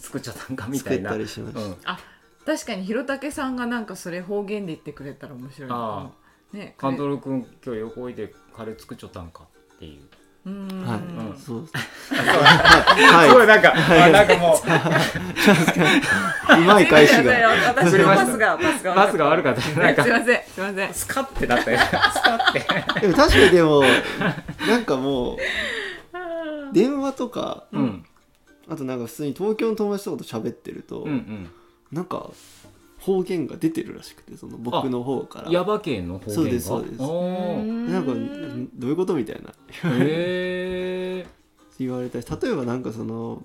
Speaker 1: 作っちゃったんかみた
Speaker 3: 作っ
Speaker 1: いな
Speaker 3: た
Speaker 1: うん
Speaker 3: りしました
Speaker 2: あ確かにひろたけさんがなんかそれ方言で言ってくれたら面白いな
Speaker 1: あ
Speaker 2: ね
Speaker 1: 神田君今日横井でカレー作っちゃったんかっていう
Speaker 2: うん、
Speaker 3: はい、
Speaker 1: ん
Speaker 3: そうはい
Speaker 1: すご
Speaker 3: はい
Speaker 1: なんか、あなんかも う
Speaker 3: い、うまい返し
Speaker 2: すません
Speaker 3: が。
Speaker 2: 私のパスがパスが
Speaker 1: パスが悪かったなん
Speaker 2: すい
Speaker 1: か
Speaker 2: ませんすいません
Speaker 1: スカってなった よスカって
Speaker 3: でも確かにでも、なんかもう、電話とか、
Speaker 1: うん
Speaker 3: あとなんか普通に東京の友達とかと喋ってると、
Speaker 1: うんうん
Speaker 3: なんか方言が出てるらしくて、その僕の方から。
Speaker 1: ヤバ系の方言が
Speaker 3: そうですそうです
Speaker 1: あー
Speaker 3: なんか
Speaker 2: うん
Speaker 3: んどういうことみたいな
Speaker 1: へえ
Speaker 3: 言われたり例えばなんかその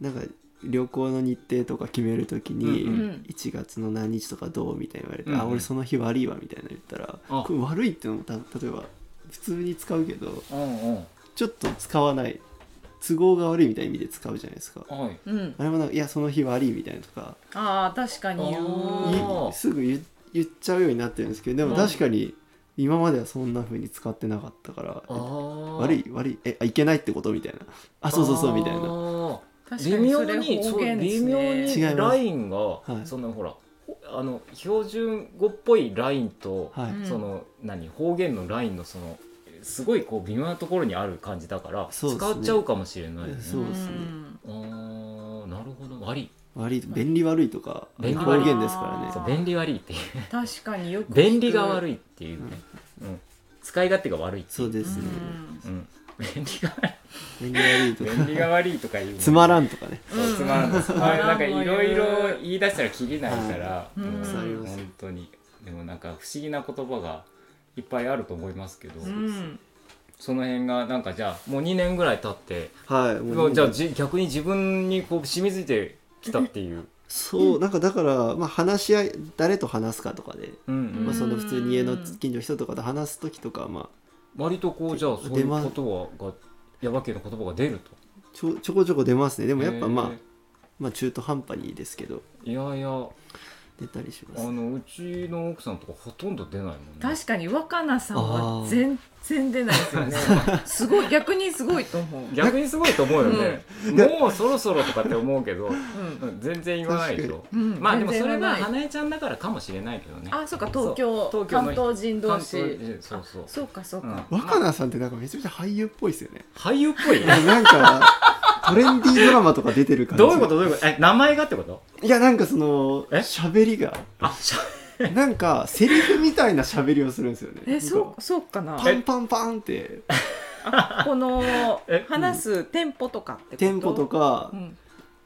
Speaker 3: なんか旅行の日程とか決めるときに、
Speaker 1: うん
Speaker 2: うん
Speaker 3: 1月の何日とかどうみたいな言われて「
Speaker 1: うんうん
Speaker 3: あ俺その日悪いわ」みたいな言ったら「
Speaker 1: あ
Speaker 3: これ悪い」ってのもた例えば普通に使うけど
Speaker 1: うんうん
Speaker 3: ちょっと使わない都合が悪いみたいな意味で使うじゃないですか。
Speaker 1: はい
Speaker 2: うん
Speaker 3: あれもなんか「いやその日悪い」みたいなとか
Speaker 2: ああ確かに言
Speaker 1: あ
Speaker 2: う
Speaker 1: ー
Speaker 3: いすぐ言言っちゃうようになってるんですけどでも確かに今まではそんな風に使ってなかったから
Speaker 1: あー
Speaker 3: 悪い悪いえあいけないってことみたいなあそうそうそうみたい
Speaker 1: あ
Speaker 3: な
Speaker 1: ー
Speaker 2: 確か
Speaker 1: 微
Speaker 2: に
Speaker 1: 妙
Speaker 2: それ
Speaker 1: に
Speaker 2: 方言で
Speaker 1: 微
Speaker 2: すね
Speaker 1: 妙
Speaker 3: 違います
Speaker 1: にラインが、
Speaker 3: い
Speaker 1: そのほらほあの標準語っぽいラインと、
Speaker 3: はい、
Speaker 2: うん
Speaker 1: その何方言のラインのそのすごいこう微妙なところにある感じだから、
Speaker 3: そうですね
Speaker 1: 使っちゃうかもしれないよね。
Speaker 3: そうですね
Speaker 2: ん
Speaker 1: あーなるほど悪い
Speaker 3: 悪い便利悪いとか方
Speaker 1: 便利悪い
Speaker 3: 言ですから
Speaker 1: そう
Speaker 3: ね
Speaker 1: 便利悪いっていう
Speaker 2: 確かによく
Speaker 1: 便利が悪
Speaker 2: い
Speaker 1: いっていうね、うん、使い勝手が悪いってい
Speaker 3: そうですね、
Speaker 1: うん、便利が悪い
Speaker 3: 便利悪いとか
Speaker 1: 便利が悪いとか言うの
Speaker 3: つまらんとかね
Speaker 1: そうつまらんです。
Speaker 2: うん
Speaker 1: まあなんかいろいろ言い出したらきりないから、
Speaker 2: うん
Speaker 1: もう
Speaker 2: そうあり
Speaker 3: ます
Speaker 1: 本当にでもなんか不思議な言葉がいっぱいあると思いますけど、
Speaker 2: うん
Speaker 1: その辺がなんかじゃあもう2年ぐらい経って、
Speaker 3: はい
Speaker 1: も
Speaker 3: も
Speaker 1: うじゃあじ逆に自分にこう染み付いてきたっていう、
Speaker 3: そうなんかだから、まあ、話し合い誰と話すかとかで、
Speaker 1: うんう
Speaker 3: まあ、
Speaker 1: ん
Speaker 3: その普通に家の
Speaker 2: うん
Speaker 3: 近所の人とかと話す時とか、まあ、
Speaker 1: 割とこうじゃあそうい
Speaker 3: 出
Speaker 1: う
Speaker 3: ま
Speaker 1: ことはがヤバ系の言葉が出ると。
Speaker 3: ちょちょこちょこ出ますねで
Speaker 1: で
Speaker 3: もやっぱ、まあ、まあ中途半端にですけど
Speaker 1: いやいやあ
Speaker 3: 出たりします
Speaker 1: のうちの奥さんとかほとんど出ないもんね。
Speaker 2: 確かに若菜さん
Speaker 3: あ
Speaker 2: は
Speaker 3: ー
Speaker 2: 全然出ないです よねすごい逆にすごいと思う、う
Speaker 1: 逆にすごいと思うよね、もうそろそろとかって思うけど、うんん全然言わないでしょ
Speaker 2: うん、
Speaker 1: まあでもそれ
Speaker 2: 全然言
Speaker 1: は
Speaker 2: わない
Speaker 1: 花江ちゃんだからかもしれないけどね
Speaker 2: あそうか東京
Speaker 1: そう東京の
Speaker 2: 関東人同士
Speaker 1: 関東人そうそう
Speaker 2: あそうかそう
Speaker 1: うん
Speaker 2: か、
Speaker 3: 若菜さんってなんかめちゃめちゃ俳優っぽいですよね
Speaker 1: 俳優っぽい
Speaker 3: なんかトレンディードラマとか出てる感じ
Speaker 1: どういうことどういうことえ名前がってこと
Speaker 3: いやなんかその
Speaker 1: え
Speaker 3: 喋りが
Speaker 1: あしゃ
Speaker 3: なんかセリフみたいな喋りをするんですよね
Speaker 2: えそうそうかな
Speaker 3: なんかパンパンパンって
Speaker 2: この
Speaker 1: え
Speaker 2: 話すテンポとかってこと
Speaker 3: テンポと、か「
Speaker 2: う
Speaker 3: 今
Speaker 2: ん、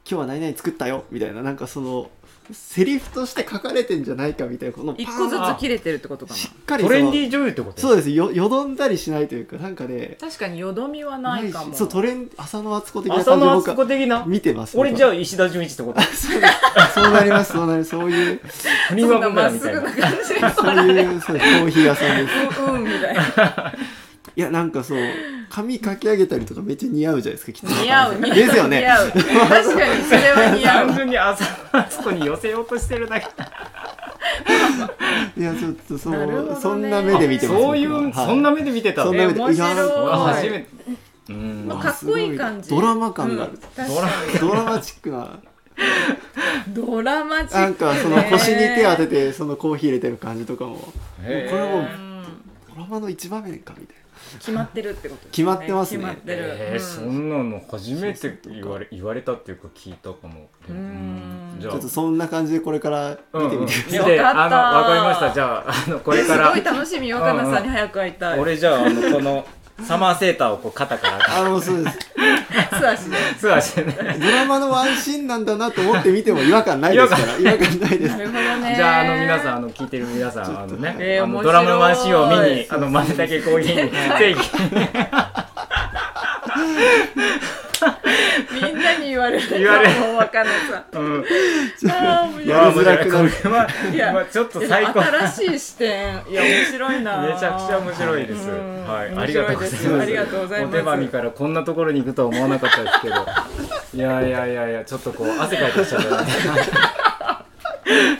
Speaker 3: 日は何々作ったよ」みたいななんかそのセリフとして書かれてんじゃないかみたいなこの
Speaker 2: 一個ず
Speaker 3: パーン
Speaker 2: つ切れてるってことかな
Speaker 3: しっかり
Speaker 1: ト
Speaker 3: そ
Speaker 1: レン
Speaker 3: の
Speaker 1: ディー女優ってこと
Speaker 3: そうですよよどんだりしないというかなんかね
Speaker 2: 確かによどみはないかも
Speaker 3: しそうトレン浅野敦子的な
Speaker 1: 浅
Speaker 3: 感じ
Speaker 1: 野
Speaker 3: 僕
Speaker 1: 敦子
Speaker 3: は
Speaker 1: 的な
Speaker 3: 見てます
Speaker 1: 俺じゃ
Speaker 3: あ
Speaker 1: あ石田純一ってこと
Speaker 3: そうなりますそうなりますそういう
Speaker 1: フリ
Speaker 2: そ
Speaker 1: ーマ
Speaker 2: んな
Speaker 1: ン
Speaker 2: ま
Speaker 1: ガ
Speaker 2: っ
Speaker 1: み
Speaker 2: す
Speaker 1: たい
Speaker 2: ぐ
Speaker 1: な
Speaker 2: な感じで
Speaker 3: そういうそうですコーヒー屋さんです
Speaker 2: うんうんみたいな
Speaker 3: いやなんかそう髪かき上げたりとかめっちゃ似合うじゃないですかきっと
Speaker 2: 似合う似合う
Speaker 3: ですよ
Speaker 2: 似
Speaker 3: ね
Speaker 2: 合う確かにそれは似 合う
Speaker 1: 単純に浅野敦子に寄せようとしてるだけ
Speaker 3: いやちょっとそ
Speaker 2: なるほど
Speaker 3: の
Speaker 2: ね
Speaker 3: そんな目で見てます
Speaker 1: そういう、
Speaker 3: 僕ははい
Speaker 1: そんな目で見てた
Speaker 3: そんな目で
Speaker 2: え面白い
Speaker 3: いや
Speaker 1: 俺
Speaker 3: はい
Speaker 1: 初めてうん
Speaker 2: まあかっこいい感じ
Speaker 3: すごいドラマ感がある
Speaker 2: うん確かに
Speaker 1: ドラ
Speaker 3: ドラマチック な
Speaker 2: ドラマチックね
Speaker 3: なんかその腰に手当ててそのコーヒー入れてる感じとかも
Speaker 1: へー
Speaker 3: これも
Speaker 2: うん
Speaker 3: ドラマの一場面かみたいな
Speaker 2: 決まってるってことですね
Speaker 3: 決まってますね
Speaker 2: 決まってる
Speaker 1: えーそんなの初めて言われ言われたっていうか聞いたかも
Speaker 2: うーん
Speaker 1: じゃ
Speaker 3: ち
Speaker 1: あ
Speaker 3: ょっとそんな感じでこれから
Speaker 1: うん
Speaker 3: 見て
Speaker 1: うん
Speaker 3: みてく
Speaker 1: 見
Speaker 3: だ
Speaker 1: て
Speaker 3: さい、
Speaker 2: よかった
Speaker 1: あのわかりましたじゃああのこれか
Speaker 2: す
Speaker 1: ら
Speaker 2: ごい楽しみ若菜さんに早く会いたい
Speaker 1: 俺じゃああのこのサマーセーターをこう肩から
Speaker 3: あのそうです
Speaker 2: 素足で
Speaker 1: ツアーしてね
Speaker 3: ドラマのワンシーンなんだなと思って見ても違和感ないですから違和感ないで
Speaker 2: な
Speaker 3: す
Speaker 2: るほどね
Speaker 1: じゃああの皆さんあの聞いてる皆さんあのね、
Speaker 2: えー
Speaker 1: あの
Speaker 2: 面白い
Speaker 1: ドラマのワンシーンを見にあの真似だけコーヒーにぜ
Speaker 2: みんなに言われる
Speaker 1: 言われる
Speaker 2: もう若菜さん
Speaker 1: ひ、 うん、
Speaker 2: あー面白い
Speaker 3: やりづらくなる
Speaker 1: これは、
Speaker 2: いや
Speaker 1: まあ、ちょっと最高めち
Speaker 2: 新しい視点いや面白いな
Speaker 1: ゃくちゃ面白いです、
Speaker 2: うん
Speaker 1: はい
Speaker 2: 面
Speaker 1: ありが
Speaker 2: 白
Speaker 1: とうご
Speaker 2: い
Speaker 1: ざ
Speaker 2: で
Speaker 1: い
Speaker 2: す
Speaker 1: ます
Speaker 2: ありがとうございます
Speaker 1: お手紙からこんなところに行くとは思わなかったですけどいやいやいやいやちょっとこう汗かいてきちゃったな
Speaker 2: え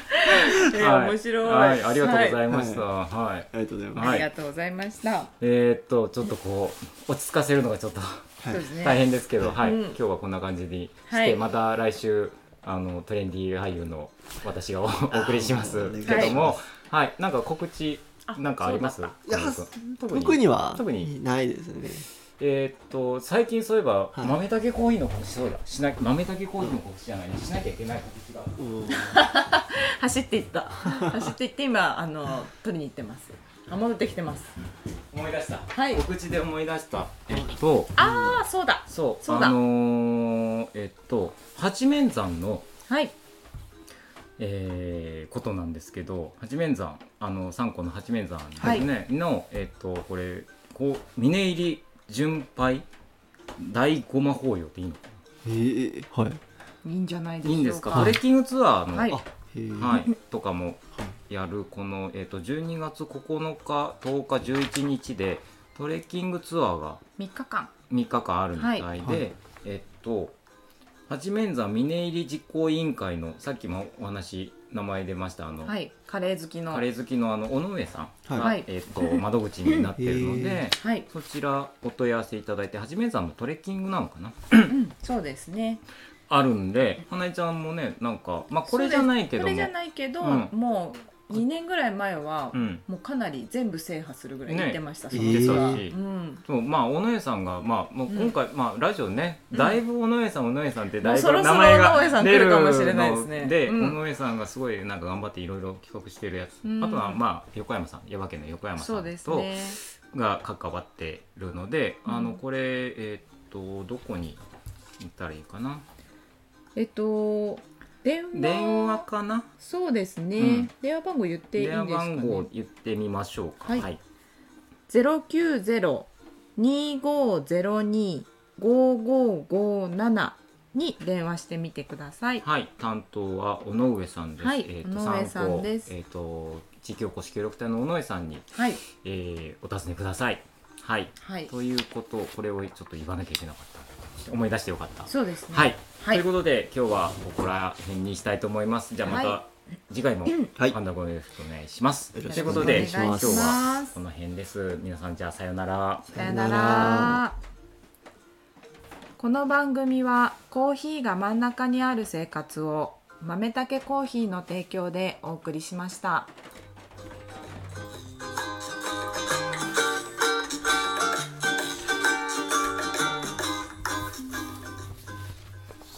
Speaker 2: ー面白い、
Speaker 1: はいはい、ありがとうご
Speaker 2: は
Speaker 1: ざいました。はい、
Speaker 3: ありがとうございま
Speaker 1: は
Speaker 3: す
Speaker 1: い
Speaker 2: ありがとうございました
Speaker 1: えー、っと、ちょっとこう、落ち着かせるのがちょっと
Speaker 3: は
Speaker 2: そ
Speaker 3: い
Speaker 2: うですね
Speaker 1: 大変ですけど、はい、
Speaker 2: うん
Speaker 1: 今日はこんな感じにして、
Speaker 2: はい
Speaker 1: また来週。あのトレンディー俳優の私がおお送りします
Speaker 3: お願いし
Speaker 1: け
Speaker 2: ます
Speaker 1: ども、はい、なんか告知
Speaker 2: あ
Speaker 1: なんかあります？
Speaker 3: いや
Speaker 1: 小野君
Speaker 3: 特には
Speaker 1: 特に
Speaker 3: ないですね
Speaker 1: えーっと最近そういえば、
Speaker 3: はい
Speaker 1: 豆竹コーヒーの告知そうだしな豆竹コーヒーの告知じゃないしなきゃいけない告知が
Speaker 3: うん
Speaker 2: 走っていった走っていって今あの取りに行ってますあ戻ってきてます
Speaker 1: 思い出した、
Speaker 2: はい
Speaker 1: 告知で思い出したえっと
Speaker 2: ああそうだ
Speaker 1: そう
Speaker 2: そうだ
Speaker 1: あのーえっと八面山の
Speaker 2: はい
Speaker 1: えーことなんですけど八面山あの三個の八面山ですね、のえっとこれこう峰入り純杯大ごま法要っていいのか
Speaker 3: えー、はい
Speaker 2: いいんじゃないで
Speaker 1: ないい
Speaker 2: しょうか
Speaker 1: んですか
Speaker 2: は
Speaker 1: トレ
Speaker 2: い
Speaker 1: ッキングツアーの、
Speaker 2: はい
Speaker 3: あへー
Speaker 1: はい、とかもやるこの、えっと12月9日10日11日でトレッキングツアーが
Speaker 2: 3日間
Speaker 1: 3日間あるみたいで、
Speaker 3: はいはい
Speaker 1: えっと八面山峰入り実行委員会のさっきもお話名前出ましたあの、
Speaker 2: はいカレー好きの
Speaker 1: カレー好きのあの尾上さんが、
Speaker 3: はい
Speaker 1: えっと 窓口になってるので、
Speaker 3: へ
Speaker 2: はい、
Speaker 1: そちらお問い合わせいただいて八面山のトレッキングなのかな
Speaker 2: うん、そうですね
Speaker 1: あるんで花江ちゃんもねなんか、まあ、これじゃないけども
Speaker 2: これじゃないけど、
Speaker 1: うん
Speaker 2: もう2年ぐらい前は、
Speaker 1: うん、
Speaker 2: もうかなり全部制覇するぐらい行ってました、そ
Speaker 3: ね
Speaker 2: の時は、
Speaker 1: 行ってたし
Speaker 2: うん
Speaker 1: そうまあ尾上さんが、まあ、もう
Speaker 2: うん
Speaker 1: 今回、まあ、ラジオね
Speaker 2: うん
Speaker 1: だいぶ尾上さん、尾上さんってだい
Speaker 2: もうそ
Speaker 1: ぶ
Speaker 2: ろそろ
Speaker 1: 名前
Speaker 2: 尾上さ
Speaker 1: が
Speaker 2: ん
Speaker 1: 出
Speaker 2: 来
Speaker 1: る
Speaker 2: る
Speaker 1: の
Speaker 2: か
Speaker 1: で
Speaker 2: もしれないですねうん
Speaker 1: 尾上さんがすごいなんか頑張っていろいろ企画してるやつ、
Speaker 2: うん
Speaker 1: あとは、まあ、横山さん矢場家の横山
Speaker 2: そ
Speaker 1: さ
Speaker 2: うで
Speaker 1: ん
Speaker 2: す
Speaker 1: と、
Speaker 2: ね
Speaker 1: が関わってるのであの
Speaker 2: うん
Speaker 1: これ、えーっとどこに行ったらいいかな
Speaker 2: えっと電話
Speaker 1: 電話かな
Speaker 2: そうですね、
Speaker 1: うん
Speaker 2: 電話番号言っていいんで
Speaker 1: 電
Speaker 2: すか
Speaker 1: 話
Speaker 2: ね
Speaker 1: 番号言ってみましょうか。
Speaker 2: はい
Speaker 1: はい
Speaker 2: ゼロ九ゼロ二五ゼロ二五五五七に電話してみてください。
Speaker 1: はい、担当は尾上さんです。
Speaker 2: はい
Speaker 1: えー
Speaker 2: 尾上さんです
Speaker 1: 参考えーっ、と地域おこし協力隊の尾上さんに
Speaker 2: はい
Speaker 1: えーお尋ねください。はい。
Speaker 2: はい。
Speaker 1: ということをこれをちょっと言わなきゃいけなかった。思い出してよかった。
Speaker 2: そうですね。
Speaker 1: はい。
Speaker 2: はい
Speaker 1: ということで今日はここら辺にしたいと思います。じゃあま
Speaker 2: は
Speaker 1: た次回も
Speaker 3: はい
Speaker 1: パンダゴよろしくお願いします。
Speaker 3: よ
Speaker 1: と
Speaker 3: ろ
Speaker 1: い
Speaker 3: し
Speaker 1: う
Speaker 3: く
Speaker 1: こ
Speaker 3: お
Speaker 1: と
Speaker 3: 願
Speaker 1: で
Speaker 3: いし
Speaker 1: 今
Speaker 3: ま
Speaker 1: 日
Speaker 3: す
Speaker 1: はこの辺です。皆さんじゃあさようなら。
Speaker 2: さよなら。この番組はコーヒーが真ん中にある生活を豆たけコーヒーの提供でお送りしました。